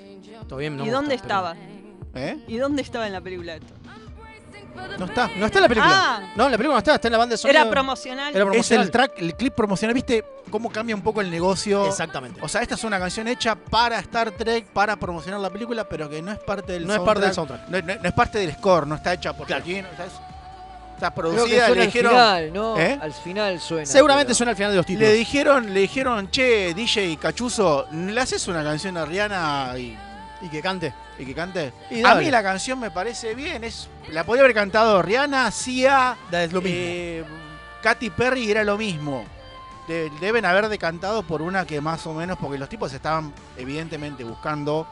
A: bien,
I: ¿Y dónde estaba?
D: ¿Eh?
I: ¿Y dónde estaba en la película esto?
D: No está.
A: No está en la película.
I: Ah.
A: No, en la película no está, está en la banda de sonido.
I: Era promocional.
A: Era
D: Es el
A: promocional.
D: track, el clip promocional, ¿viste cómo cambia un poco el negocio?
A: Exactamente.
D: O sea, esta es una canción hecha para Star Trek, para promocionar la película, pero que no es parte del
A: No es
D: soundtrack.
A: parte del soundtrack.
D: No, no- no es parte del score, no está hecha por Joaquín, o sea, es- está producida,
B: suena
D: le
B: al
D: dijeron.
B: final, ¿no?
D: ¿Eh?
B: Al final suena.
A: Seguramente
B: pero-
A: suena al final de los títulos.
D: Le dijeron, le dijeron, che, DJ Cachuzo, ¿le haces una canción a Rihanna y,
A: Y que cante.
D: y que cante?
A: Y
D: a
A: dale.
D: mí la canción me parece bien, es la podía haber cantado Rihanna, Sia,
A: Es lo mismo.
D: eh, Katy Perry era lo mismo. De- deben haber decantado por una que más o menos, porque los tipos estaban evidentemente buscando.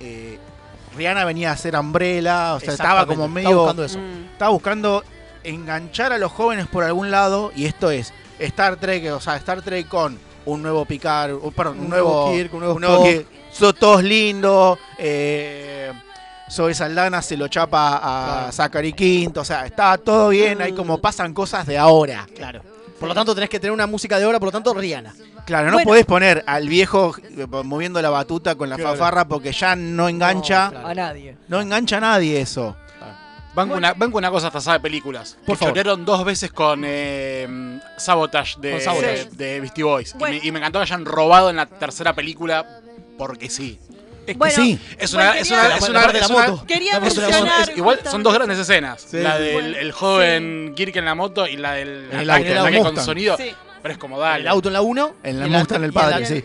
D: eh, Rihanna venía a hacer Umbrella, o sea, estaba
A: Exactamente,
D: como
A: estaba
D: medio.
A: buscando eso.
I: Mm.
D: Estaba buscando enganchar a los jóvenes por algún lado, y esto es Star Trek, o sea, Star Trek con un nuevo Picard, o, perdón, un,
A: Un
D: nuevo.
A: nuevo Kirk, un nuevo Spock.
D: Kirk. Son todos lindos. Eh, Zoe Saldana se lo chapa a Zachary Quinto, o sea, está todo bien, ahí como pasan cosas de ahora.
A: Mm. Claro. Por lo tanto, tenés que tener una música de obra, por lo tanto, Rihanna.
D: Claro, no
A: Bueno.
D: podés poner al viejo eh, moviendo la batuta con la
A: Claro.
D: fanfarra porque ya no engancha, no,
B: A nadie.
D: engancha a nadie eso.
M: Banco una, banco una cosa hasta sabe películas.
D: Por
M: que
D: favor.
M: chorearon dos veces con eh, Sabotage de,
A: Con Sabotage.
M: de Beastie Boys. Y me- Y, me, encantó que hayan robado en la tercera película porque sí.
D: Es que sí.
M: Es una.
I: Bueno,
M: es una-
I: quería-
M: es
I: La-
M: una-
I: la parte de
M: es
I: la
M: una-
I: moto. Quería
M: es una- son- es-
I: mencionar
M: Igual son dos grandes escenas.
A: Sí.
M: la del
A: Bueno,
M: el joven Kirk en la moto y la del
D: En el
M: ataque,
D: auto, en la
M: ataque con
D: Mustang.
M: sonido.
I: Sí.
M: Pero es como dale.
A: El auto en la 1.
D: En la
A: y en la-
D: Mustang, el
A: y en la-
D: padre, sí.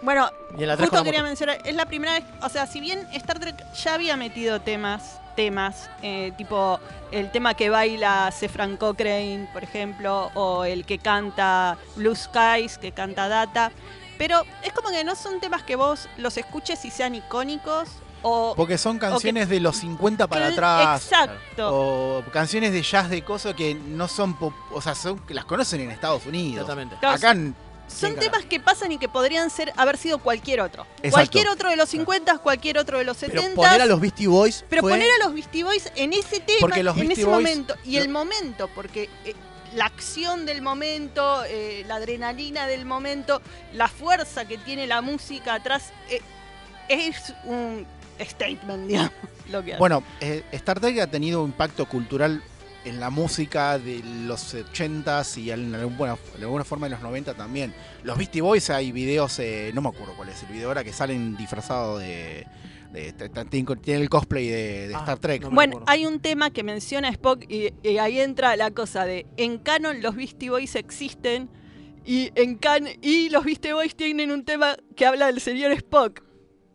I: Bueno,
A: Y en la tres con
I: justo
A: la
I: quería
A: moto.
I: mencionar, es la primera vez, o sea, si bien Star Trek ya había metido temas, temas, eh, tipo el tema que baila Sefran Cochrane, por ejemplo, o el que canta Blue Skies, que canta Data, pero es como que no son temas que vos los escuches y sean icónicos, o...
D: Porque son canciones de los 50 para
I: que-
D: atrás.
I: Exacto.
D: O canciones de jazz de coso que no son. pop- o sea, son, que las conocen en Estados Unidos.
A: Exactamente.
D: Acá. n-
I: Son
D: sin
I: temas que pasan y que podrían ser haber sido cualquier otro.
D: Exacto.
I: Cualquier otro de los 50, cualquier otro de los 70.
A: Pero poner a los Beastie Boys.
I: Pero
A: fue-
I: poner a los Beastie Boys en ese tema,
A: Porque los
I: en
A: Beastie
I: ese
A: Boys-
I: momento. Y
A: lo-
I: el momento, porque eh, la acción del momento, eh, la adrenalina del momento, la fuerza que tiene la música atrás, eh, es un statement, digamos, lo que hace.
D: Bueno, eh, Star Trek ha tenido un impacto cultural en la música de los 80s y en alguna, de alguna forma en los 90 también. Los Beastie Boys hay videos, eh, no me acuerdo cuál es el video ahora, que salen disfrazados de. de- t- t- tienen el cosplay de,
A: Ah,
D: de Star Trek.
I: Bueno, hay un tema que menciona Spock y, y ahí entra la cosa de en canon los Beastie Boys existen y en can y los Beastie Boys tienen un tema que habla del señor Spock.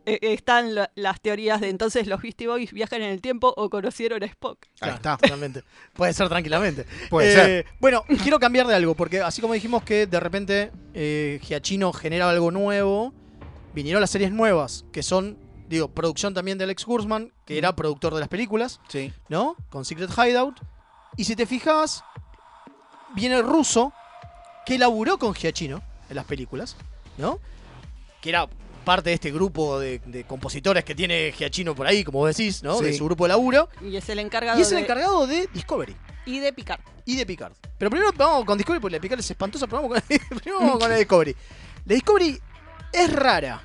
I: Eh, eh, están la- las teorías de entonces los Beastie Boys viajan en el tiempo o conocieron a Spock.
D: Ahí está.
A: Totalmente. Puede ser tranquilamente.
D: Puede
A: Eh,
D: ser.
A: Bueno, quiero cambiar de algo, porque así como dijimos que de repente eh, Giachino genera algo nuevo, vinieron las series nuevas, que son, digo, producción también de Alex Kurzman, que era productor de las películas,
D: Sí.
A: ¿no? Con Secret Hideout. Y si te fijas, viene el ruso, que laburó con Giachino en las películas, ¿no? Que era parte de este grupo de, de compositores que tiene Giachino por ahí, como vos decís, ¿no?
D: Sí.
A: De su grupo de laburo.
I: Y es el encargado
A: Y es el
I: de-
A: encargado de Discovery
I: y de Picard.
A: y de Picard. Pero primero vamos con Discovery, porque la de Picard es espantosa, pero vamos con, primero vamos con la Discovery. La Discovery es rara,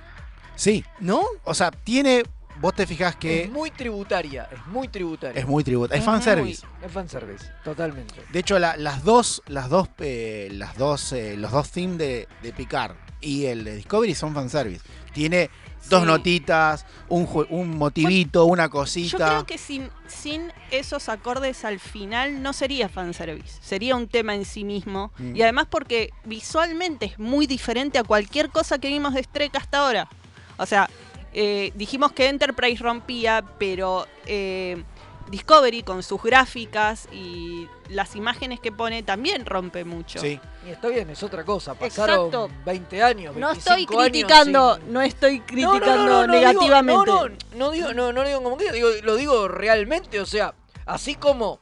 D: Sí.
A: ¿no?
D: O sea, tiene. Vos te fijás que.
B: Es muy tributaria, es muy tributaria.
D: Es muy tributo. Es
B: muy-
D: fanservice.
B: Es fanservice, totalmente.
D: De hecho, la- las dos, las dos, eh, las dos, eh, los dos themes de, de Picard y el de Discovery son fanservice. Tiene dos
I: Sí.
D: notitas, un, ju- un motivito, una cosita.
I: Yo creo que sin, sin esos acordes al final no sería fanservice, sería un tema en sí mismo.
D: Mm.
I: Y además porque visualmente es muy diferente a cualquier cosa que vimos de Trek hasta ahora. O sea, eh, dijimos que Enterprise rompía, pero eh, Discovery con sus gráficas y las imágenes que pone también rompe mucho.
B: Y está bien, es otra cosa. Pasaron
I: Exacto.
B: 20 años.
I: No estoy
B: 25 años
I: criticando,
B: sin-
I: no estoy
B: No, no,
I: criticando
B: no, no, no, digo-
I: negativamente.
B: no, no, no digo, no, no digo como que digo, lo digo realmente, o sea, así como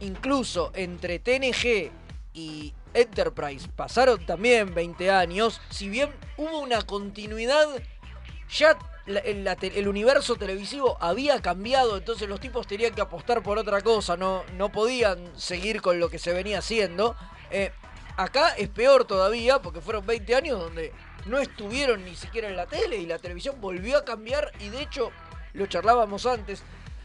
B: incluso entre TNG y Enterprise pasaron también 20 años, si bien hubo una continuidad, ya la- el, la te- el universo televisivo había cambiado, entonces los tipos tenían que apostar por otra cosa, no, no podían seguir con lo que se venía haciendo. Eh, acá es peor todavía, porque fueron 20 años donde no estuvieron ni siquiera en la tele y la televisión volvió a cambiar y de hecho lo charlábamos antes,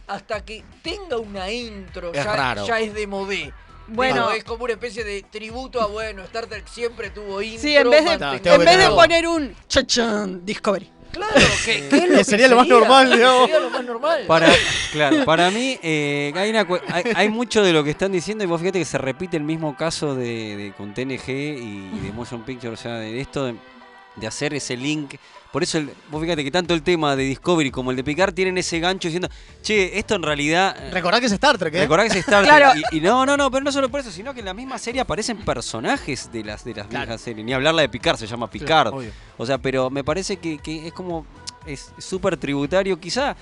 B: hasta que tenga una intro
M: Es
B: ya,
M: raro.
B: ya es de modé.
I: Bueno.
B: Digo, es como una especie de tributo a bueno, Star Trek siempre tuvo intro.
I: Sí, en vez de,
B: mantenga-
I: en vez de poner un chachán Discovery.
B: ¿Qué- qué es lo
A: Que
B: que
A: sería lo más normal,
B: Que
A: digamos.
B: Sería lo más normal.
G: Para, claro, para mí eh, hay, una cue- hay, hay mucho de lo que están diciendo y vos fíjate que se repite el mismo caso de, de- con TNG y, y de Motion Picture, o sea, de esto de, de hacer ese link. Por eso, el- vos fíjate que tanto el tema de Discovery como el de Picard tienen ese gancho diciendo, che, esto en realidad... eh,
A: Recordá que es Star Trek, ¿eh?
G: Recordá que es Star Trek.
A: Claro.
G: y, y no, no, no, pero no solo por eso, sino que en la misma serie aparecen personajes de las, de las viejas series. Ni hablarla de Picard, se llama Picard.
A: obvio.
G: o sea, pero me parece que, que es como. Es súper tributario, quizá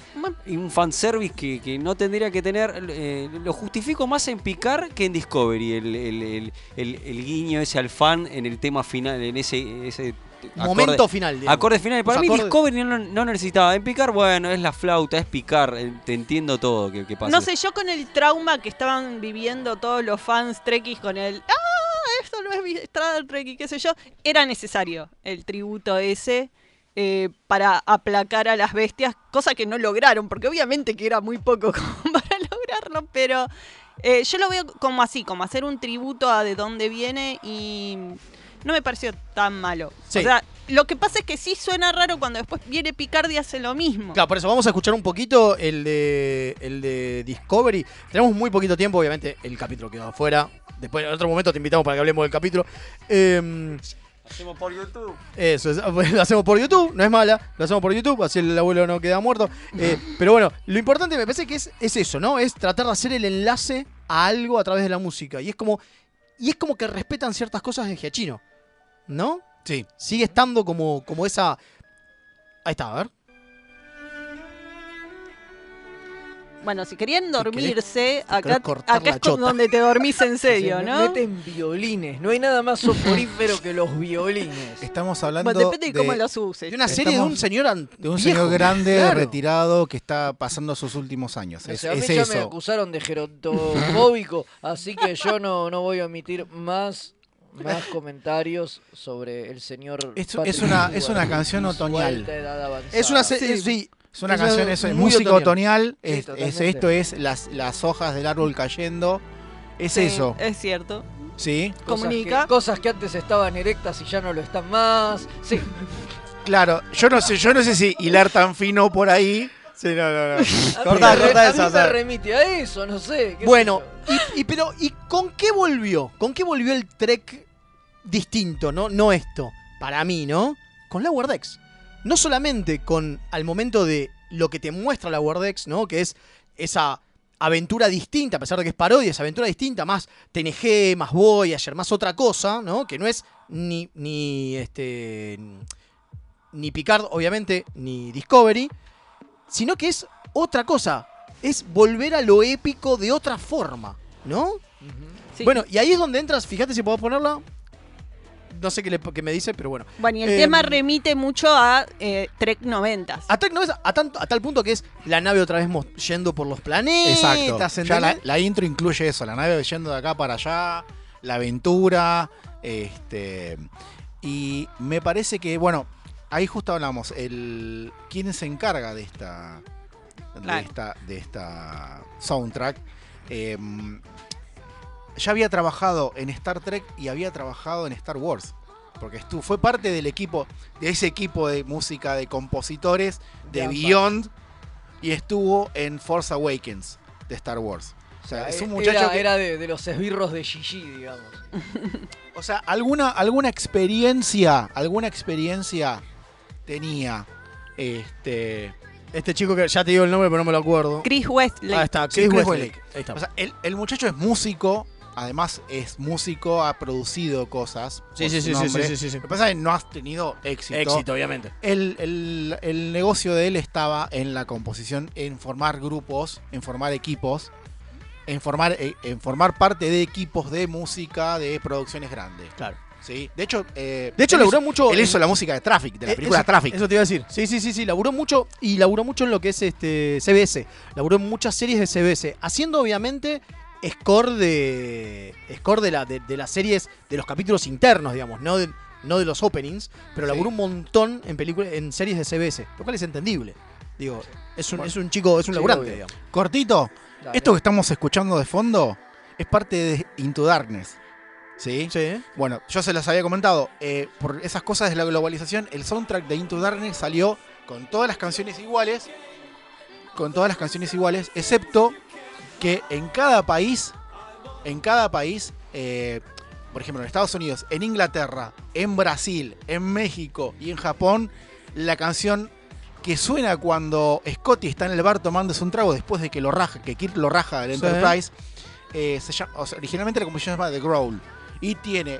G: y un fanservice que, que no tendría que tener. eh, lo justifico más en Picard que en Discovery, el, el- el- el- el guiño ese al fan en el tema final, en ese. ese
A: Momento
G: acorde-
A: final, digamos.
G: Acorde final. Para
A: Los
G: mí,
A: acordes-
G: Discovery no, no necesitaba. En Picard, bueno, es la flauta, es Picard. eh, Te entiendo todo que, que pasa.
I: No sé, yo con el trauma que estaban viviendo todos los fans Trekkies con el ¡Ah! Esto no es mi Star Trek y qué sé yo. Era necesario el tributo ese eh, para aplacar a las bestias, cosa que no lograron, porque obviamente que era muy poco como para lograrlo, pero eh, yo lo veo como así, como hacer un tributo a de dónde viene y no me pareció tan malo.
A: Sí.
I: O sea, lo que pasa es que sí suena raro cuando después viene Picard y hace lo mismo.
A: Claro, por eso vamos a escuchar un poquito el de, el de Discovery. Tenemos muy poquito tiempo, obviamente el capítulo quedó afuera. Después en otro momento te invitamos para que hablemos del capítulo. Em,
C: Hacemos por YouTube.
A: eso, es- lo hacemos por YouTube, no es mala, lo hacemos por YouTube, así el abuelo no queda muerto. Eh, pero bueno, lo importante me parece que es, es eso, ¿no? Es tratar de hacer el enlace a algo a través de la música. Y es como, y es como que respetan ciertas cosas de Giachino, ¿no?
D: Sí.
A: Sigue estando como, como esa. Ahí está, a ver.
I: Bueno, si querían dormirse, acá,
A: querés cortar
I: acá
A: la
I: es con-
A: chota.
I: donde te dormís en serio,
B: Se
I: ¿no?
B: Meten violines, no hay nada más soporífero que los violines.
D: Estamos hablando
I: Bueno, depende de cómo los
B: uses.
A: De una serie de un señor an-
D: De un
A: viejo.
D: señor grande,
A: Claro.
D: retirado, que está pasando sus últimos años.
B: O
D: Es,
B: sea, a mí
D: es
B: ya me
D: eso.
B: acusaron de gerontofóbico, así que yo no, no voy a emitir más, más comentarios sobre el señor.
D: Es-
B: Patrick
D: es una-
B: Stewart
D: es una canción
B: y su
D: otoñal.
B: alta edad avanzada.
A: Es una serie. Sí.
D: Es una
A: Es
D: canción,
A: una-
D: es, es
A: muy
D: música otoñal.
A: otoñal.
B: Sí,
D: es- es,
B: totalmente.
D: esto es las, las hojas del árbol cayendo. Es
I: Sí, Eh.
D: eso.
I: Es cierto.
D: ¿Sí?
B: Cosas
I: comunica.
B: Que, cosas que antes estaban erectas y ya no lo están más. Sí,
D: Claro, yo no sé, yo no sé si hilar tan fino por ahí. Sí, no, no, no.
B: a mí,
A: Cortá,
B: me, re-
A: cortá
B: a mí
A: esa,
B: me
A: Sara.
B: remite a eso, no sé. qué sé
A: Bueno,
B: yo.
A: y, y pero ¿y con qué volvió? ¿Con qué volvió el Trek distinto, no? No esto, para mí, ¿no? Con la Wardex. No solamente con al momento de lo que te muestra la Wardex, ¿no? Que es esa aventura distinta, a pesar de que es parodia, esa aventura distinta, más TNG, más Voyager, más otra cosa, ¿no? Que no es ni, ni este ni Picard, obviamente, ni Discovery, sino que es otra cosa. Es volver a lo épico de otra forma, ¿no?
I: Sí.
A: Bueno, y ahí es donde entras, fíjate si puedo ponerla. No sé qué, le- qué me dice, pero bueno.
I: Bueno, y el
A: Eh,
I: tema remite mucho a eh, Trek 90.
A: A, tal- no es- a tanto- a tal punto que es la nave otra vez mos- yendo por los planetas.
D: Exacto. Ya la,
A: ¿entendés?
D: la intro incluye eso, la nave yendo de acá para allá, la aventura, este y me parece que bueno, ahí justo hablamos el quién se encarga de esta de
I: Claro.
D: esta de esta soundtrack. Em, ya había trabajado en Star Trek y había trabajado en Star Wars. Porque estuvo, fue parte del equipo, de ese equipo de música, de compositores, de
B: De ambas.
D: Beyond, y estuvo en Force Awakens de Star Wars. O sea, es un muchacho
B: era,
D: que.
B: era de, de los esbirros de Gigi, digamos.
D: O sea, alguna, alguna experiencia, alguna experiencia tenía. Este.
A: Este chico que ya te digo el nombre, pero no me lo acuerdo.
N: Chris Westlake.
A: Ahí está,
D: Sí,
A: Chris,
D: Chris
A: Westlake.
D: Westlake.
A: Ahí está.
D: O sea, el, el muchacho es músico, además es músico, ha producido cosas.
A: Sí,
D: por
A: sí,
D: su
A: sí, sí,
D: nombre.
A: sí, sí, sí.
D: Lo que pasa es que no has tenido éxito.
A: Éxito, obviamente.
D: El, el- el negocio de él estaba en la composición, en formar grupos, en formar equipos, en formar, eh, en formar parte de equipos de música, de producciones grandes.
A: Claro.
D: Sí. De hecho, eh,
A: De hecho,
D: él
A: laburó
D: hizo-
A: mucho
D: Él
A: en-
D: hizo la música de Traffic, de la
A: Eh,
D: película
A: eso-
D: Traffic.
A: Eso te iba a decir. Sí, sí, sí, sí. Laburó mucho y laburó mucho en lo que es este CBS. Laburó en muchas series de CBS. Haciendo, obviamente, score de. score de, la, de, de las series, de los capítulos internos, digamos, no de, no de los openings. Pero laburó un montón en películas, en series de CBS, lo cual es entendible. Digo, es un,
D: Bueno.
A: es un chico, es un
D: Sí,
A: laburante,
D: obvio.
A: digamos.
D: Cortito,
A: Dale.
D: esto que estamos escuchando de fondo es parte de Into Darkness. ¿Sí? Bueno, yo se los había comentado. eh, por esas cosas de la globalización, el soundtrack de Into Darkness salió con todas las canciones iguales. Con todas las canciones iguales, excepto que en cada país, en cada país, eh, por ejemplo, en Estados Unidos, en Inglaterra, en Brasil, en México y en Japón, la canción que suena cuando Scotty está en el bar tomándose un trago después de que lo raja, que Kirk lo raja del
A: Sí.
D: Enterprise, eh, se llama- o sea, originalmente la composición se llama The Growl y tiene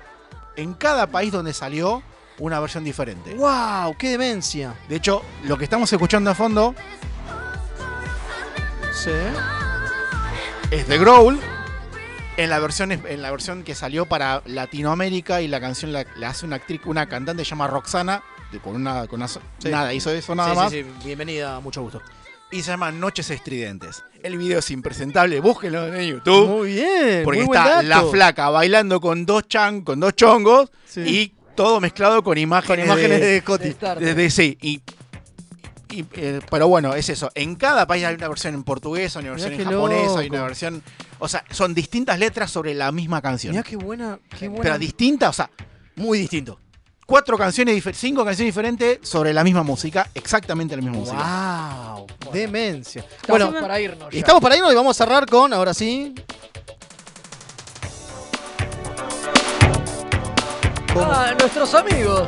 D: en cada país donde salió una versión diferente.
A: ¡Wow! ¡Qué demencia!
D: De hecho, lo que estamos escuchando a fondo
A: Sí.
D: es The Growl en la versión en la versión que salió para Latinoamérica y la canción la, la hace una actriz, una cantante que se llama Roxana, de- con una, con una so-
A: Sí.
D: nada, hizo eso nada
A: Sí, sí,
D: más.
A: sí. Bienvenida, mucho gusto.
D: Y se llama Noches Estridentes. El video es impresentable, búsquenlo en YouTube.
A: Muy bien.
D: Porque
A: Eh, muy buen
D: está la
A: dato.
D: flaca bailando con dos chan, con dos chongos y todo mezclado con imágenes,
A: imágenes de Scotty. De Star
D: De,
A: Trek.
D: de- sí, y, y, eh, pero bueno, es eso. En cada país hay una versión en portugués, una versión en
A: qué
D: japonés, hay
A: loco.
D: una versión. O sea, son distintas letras sobre la misma canción.
A: Mirá qué buena, qué buena.
D: Pero distintas, o sea,
A: muy distinto.
D: Cuatro canciones, difer- cinco canciones diferentes sobre la misma música, exactamente la misma música.
A: ¡Wow! Demencia.
B: Estamos para irnos ya.
A: Estamos para irnos y vamos a cerrar con, ahora sí.
B: Ah, nuestros amigos.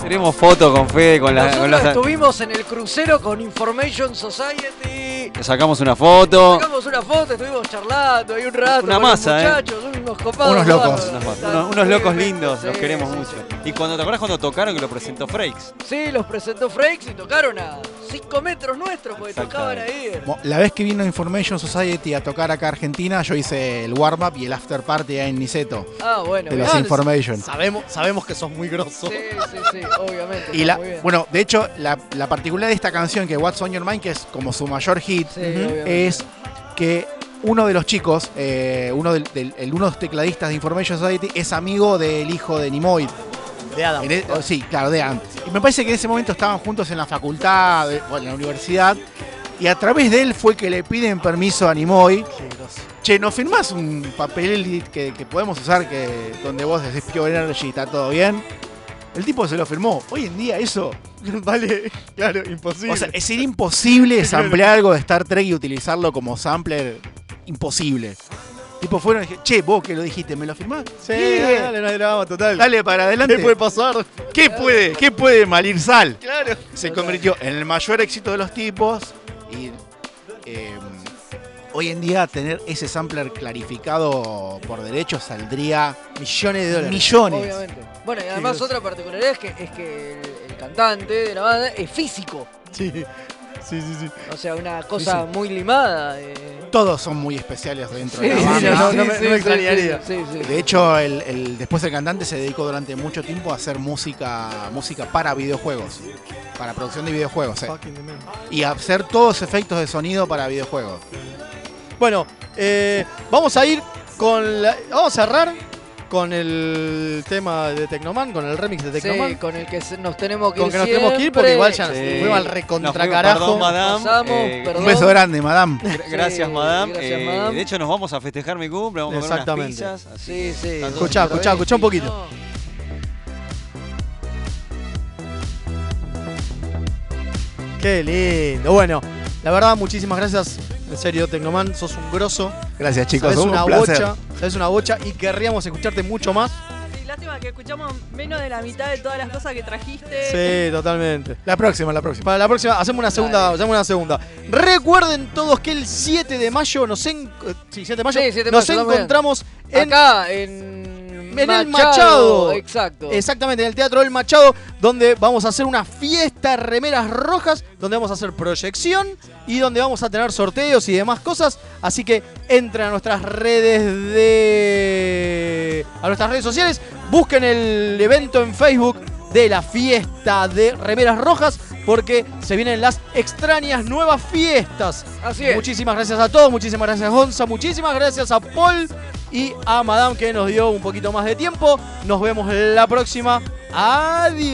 G: Tenemos fotos con Fede, con las. con
B: Nosotros
G: las-
B: estuvimos en el crucero con Information Society.
G: Sacamos una foto.
B: Sacamos una foto, estuvimos charlando ahí un rato.
G: Una
B: con
G: masa,
B: los
G: ¿eh?
B: muchachos, unos copados.
G: Unos,
B: bárbaros.
G: unos- unos locos lindos,
B: Sí,
G: los queremos
B: sí,
G: mucho. Y cuando te acuerdas cuando tocaron que lo presentó Frakes.
B: Sí, los presentó Frakes y tocaron a 5 metros nuestros porque tocaban ahí.
D: Mo- La vez que vino Information Society a tocar acá a Argentina, yo hice el warm-up y el after party en Niceto.
B: Ah, bueno.
D: De los
B: bien.
D: Information.
A: Sabemos, sabemos que sos muy grosso.
B: Sí, sí, sí, obviamente.
D: Y
B: está
D: la,
B: muy bien.
D: bueno, de hecho, la, la particularidad de esta canción, que What's on Your Mind, que es como su mayor hit,
B: Sí,
D: ujú,
B: obviamente.
D: es que uno de los chicos, eh, uno, del, del- el- uno de los tecladistas de Information Society, es amigo del hijo de Nimoy.
A: De Adam.
D: En e- oh, sí, claro, de Adam. Y me parece que en ese momento estaban juntos en la facultad, de- o en la universidad, y a través de él fue que le piden permiso a Nimoy. Che, ¿nos firmás un papel que, que podemos usar que donde vos decís Pure Energy está todo bien? El tipo se lo firmó. Hoy en día eso
A: vale, claro, imposible.
D: o sea, es ir imposible samplear algo de Star Trek y utilizarlo como sampler. Imposible. Tipo, fueron y dije, che, vos que lo dijiste, ¿me lo firmás?
A: sí,
D: Sí.
A: dale, no hay drama, total.
D: Dale para adelante.
A: ¿Qué puede pasar?
D: ¿Qué puede? ¿Qué puede malir sal?
A: Claro.
D: Se convirtió en el mayor éxito de los tipos y eh, hoy en día tener ese sampler clarificado por derecho saldría
A: millones de dólares.
D: Millones.
B: Obviamente. Bueno, y
A: Qué
B: además
A: groso.
B: otra particularidad es que, es que el, el cantante de la banda es físico.
A: Sí, sí, sí. sí.
B: O sea, una cosa
A: sí.
B: muy limada. eh.
D: Todos son muy especiales dentro
B: Sí,
D: de la
B: sí,
D: banda.
B: no, no me- no me extrañaría. sí, sí, sí.
D: De hecho, el, el- después el cantante se dedicó durante mucho tiempo a hacer música, música para videojuegos, para producción de videojuegos, eh. y a hacer todos efectos de sonido para videojuegos.
A: Bueno, eh, vamos a ir con la- Vamos a cerrar con el tema de Tecnoman, con el remix de
B: Sí,
A: Tecnoman.
B: con el que se- nos tenemos que
A: Con
B: ir
A: que nos tenemos que ir
B: siempre.
A: porque igual ya nos
G: Sí.
A: fuimos al
G: Nos
A: recontra
G: fuimos,
A: carajo.
G: perdón, madame.
B: Ah, Pasamos,
G: Eh,
B: perdón.
D: Un beso grande, madame.
G: gra- gracias,
B: Sí,
G: madame.
B: gracias,
G: Eh,
B: madame.
G: De hecho, nos vamos a festejar mi cumple, vamos a comer unas
A: Exactamente.
G: pizzas. así
B: Sí,
G: que
B: sí.
G: está todo
A: Escuchá,
G: otra
A: escuchá,
G: vez.
A: escuchá un poquito. Qué lindo. Bueno, la verdad, muchísimas gracias. En serio, Tecnoman, sos un grosso.
D: Gracias, chicos,
A: Sabés
D: un
A: una
D: placer.
A: bocha, sabés una bocha y querríamos escucharte mucho más.
O: lástima que escuchamos menos de la mitad de todas las cosas que trajiste.
A: Sí, totalmente.
D: La próxima, la próxima.
A: Para la próxima, hacemos una segunda. Hacemos una segunda. Recuerden todos que el 7 de mayo nos, en- eh, sí, 7 de mayo,
B: Sí, 7 de
A: nos
B: mayo, dame.
A: encontramos en,
B: Acá, en,
A: en el Machado.
B: Exacto.
A: Exactamente, en el Teatro del Machado, donde vamos a hacer una fiesta de remeras rojas, donde vamos a hacer proyección y donde vamos a tener sorteos y demás cosas. Así que entren a nuestras redes de. a nuestras redes sociales, busquen el evento en Facebook de la fiesta de remeras rojas, porque se vienen las extrañas nuevas fiestas.
B: Así es.
A: Muchísimas gracias a todos, muchísimas gracias Gonza, muchísimas gracias a Paul y a Madame que nos dio un poquito más de tiempo. Nos vemos la próxima. Adiós.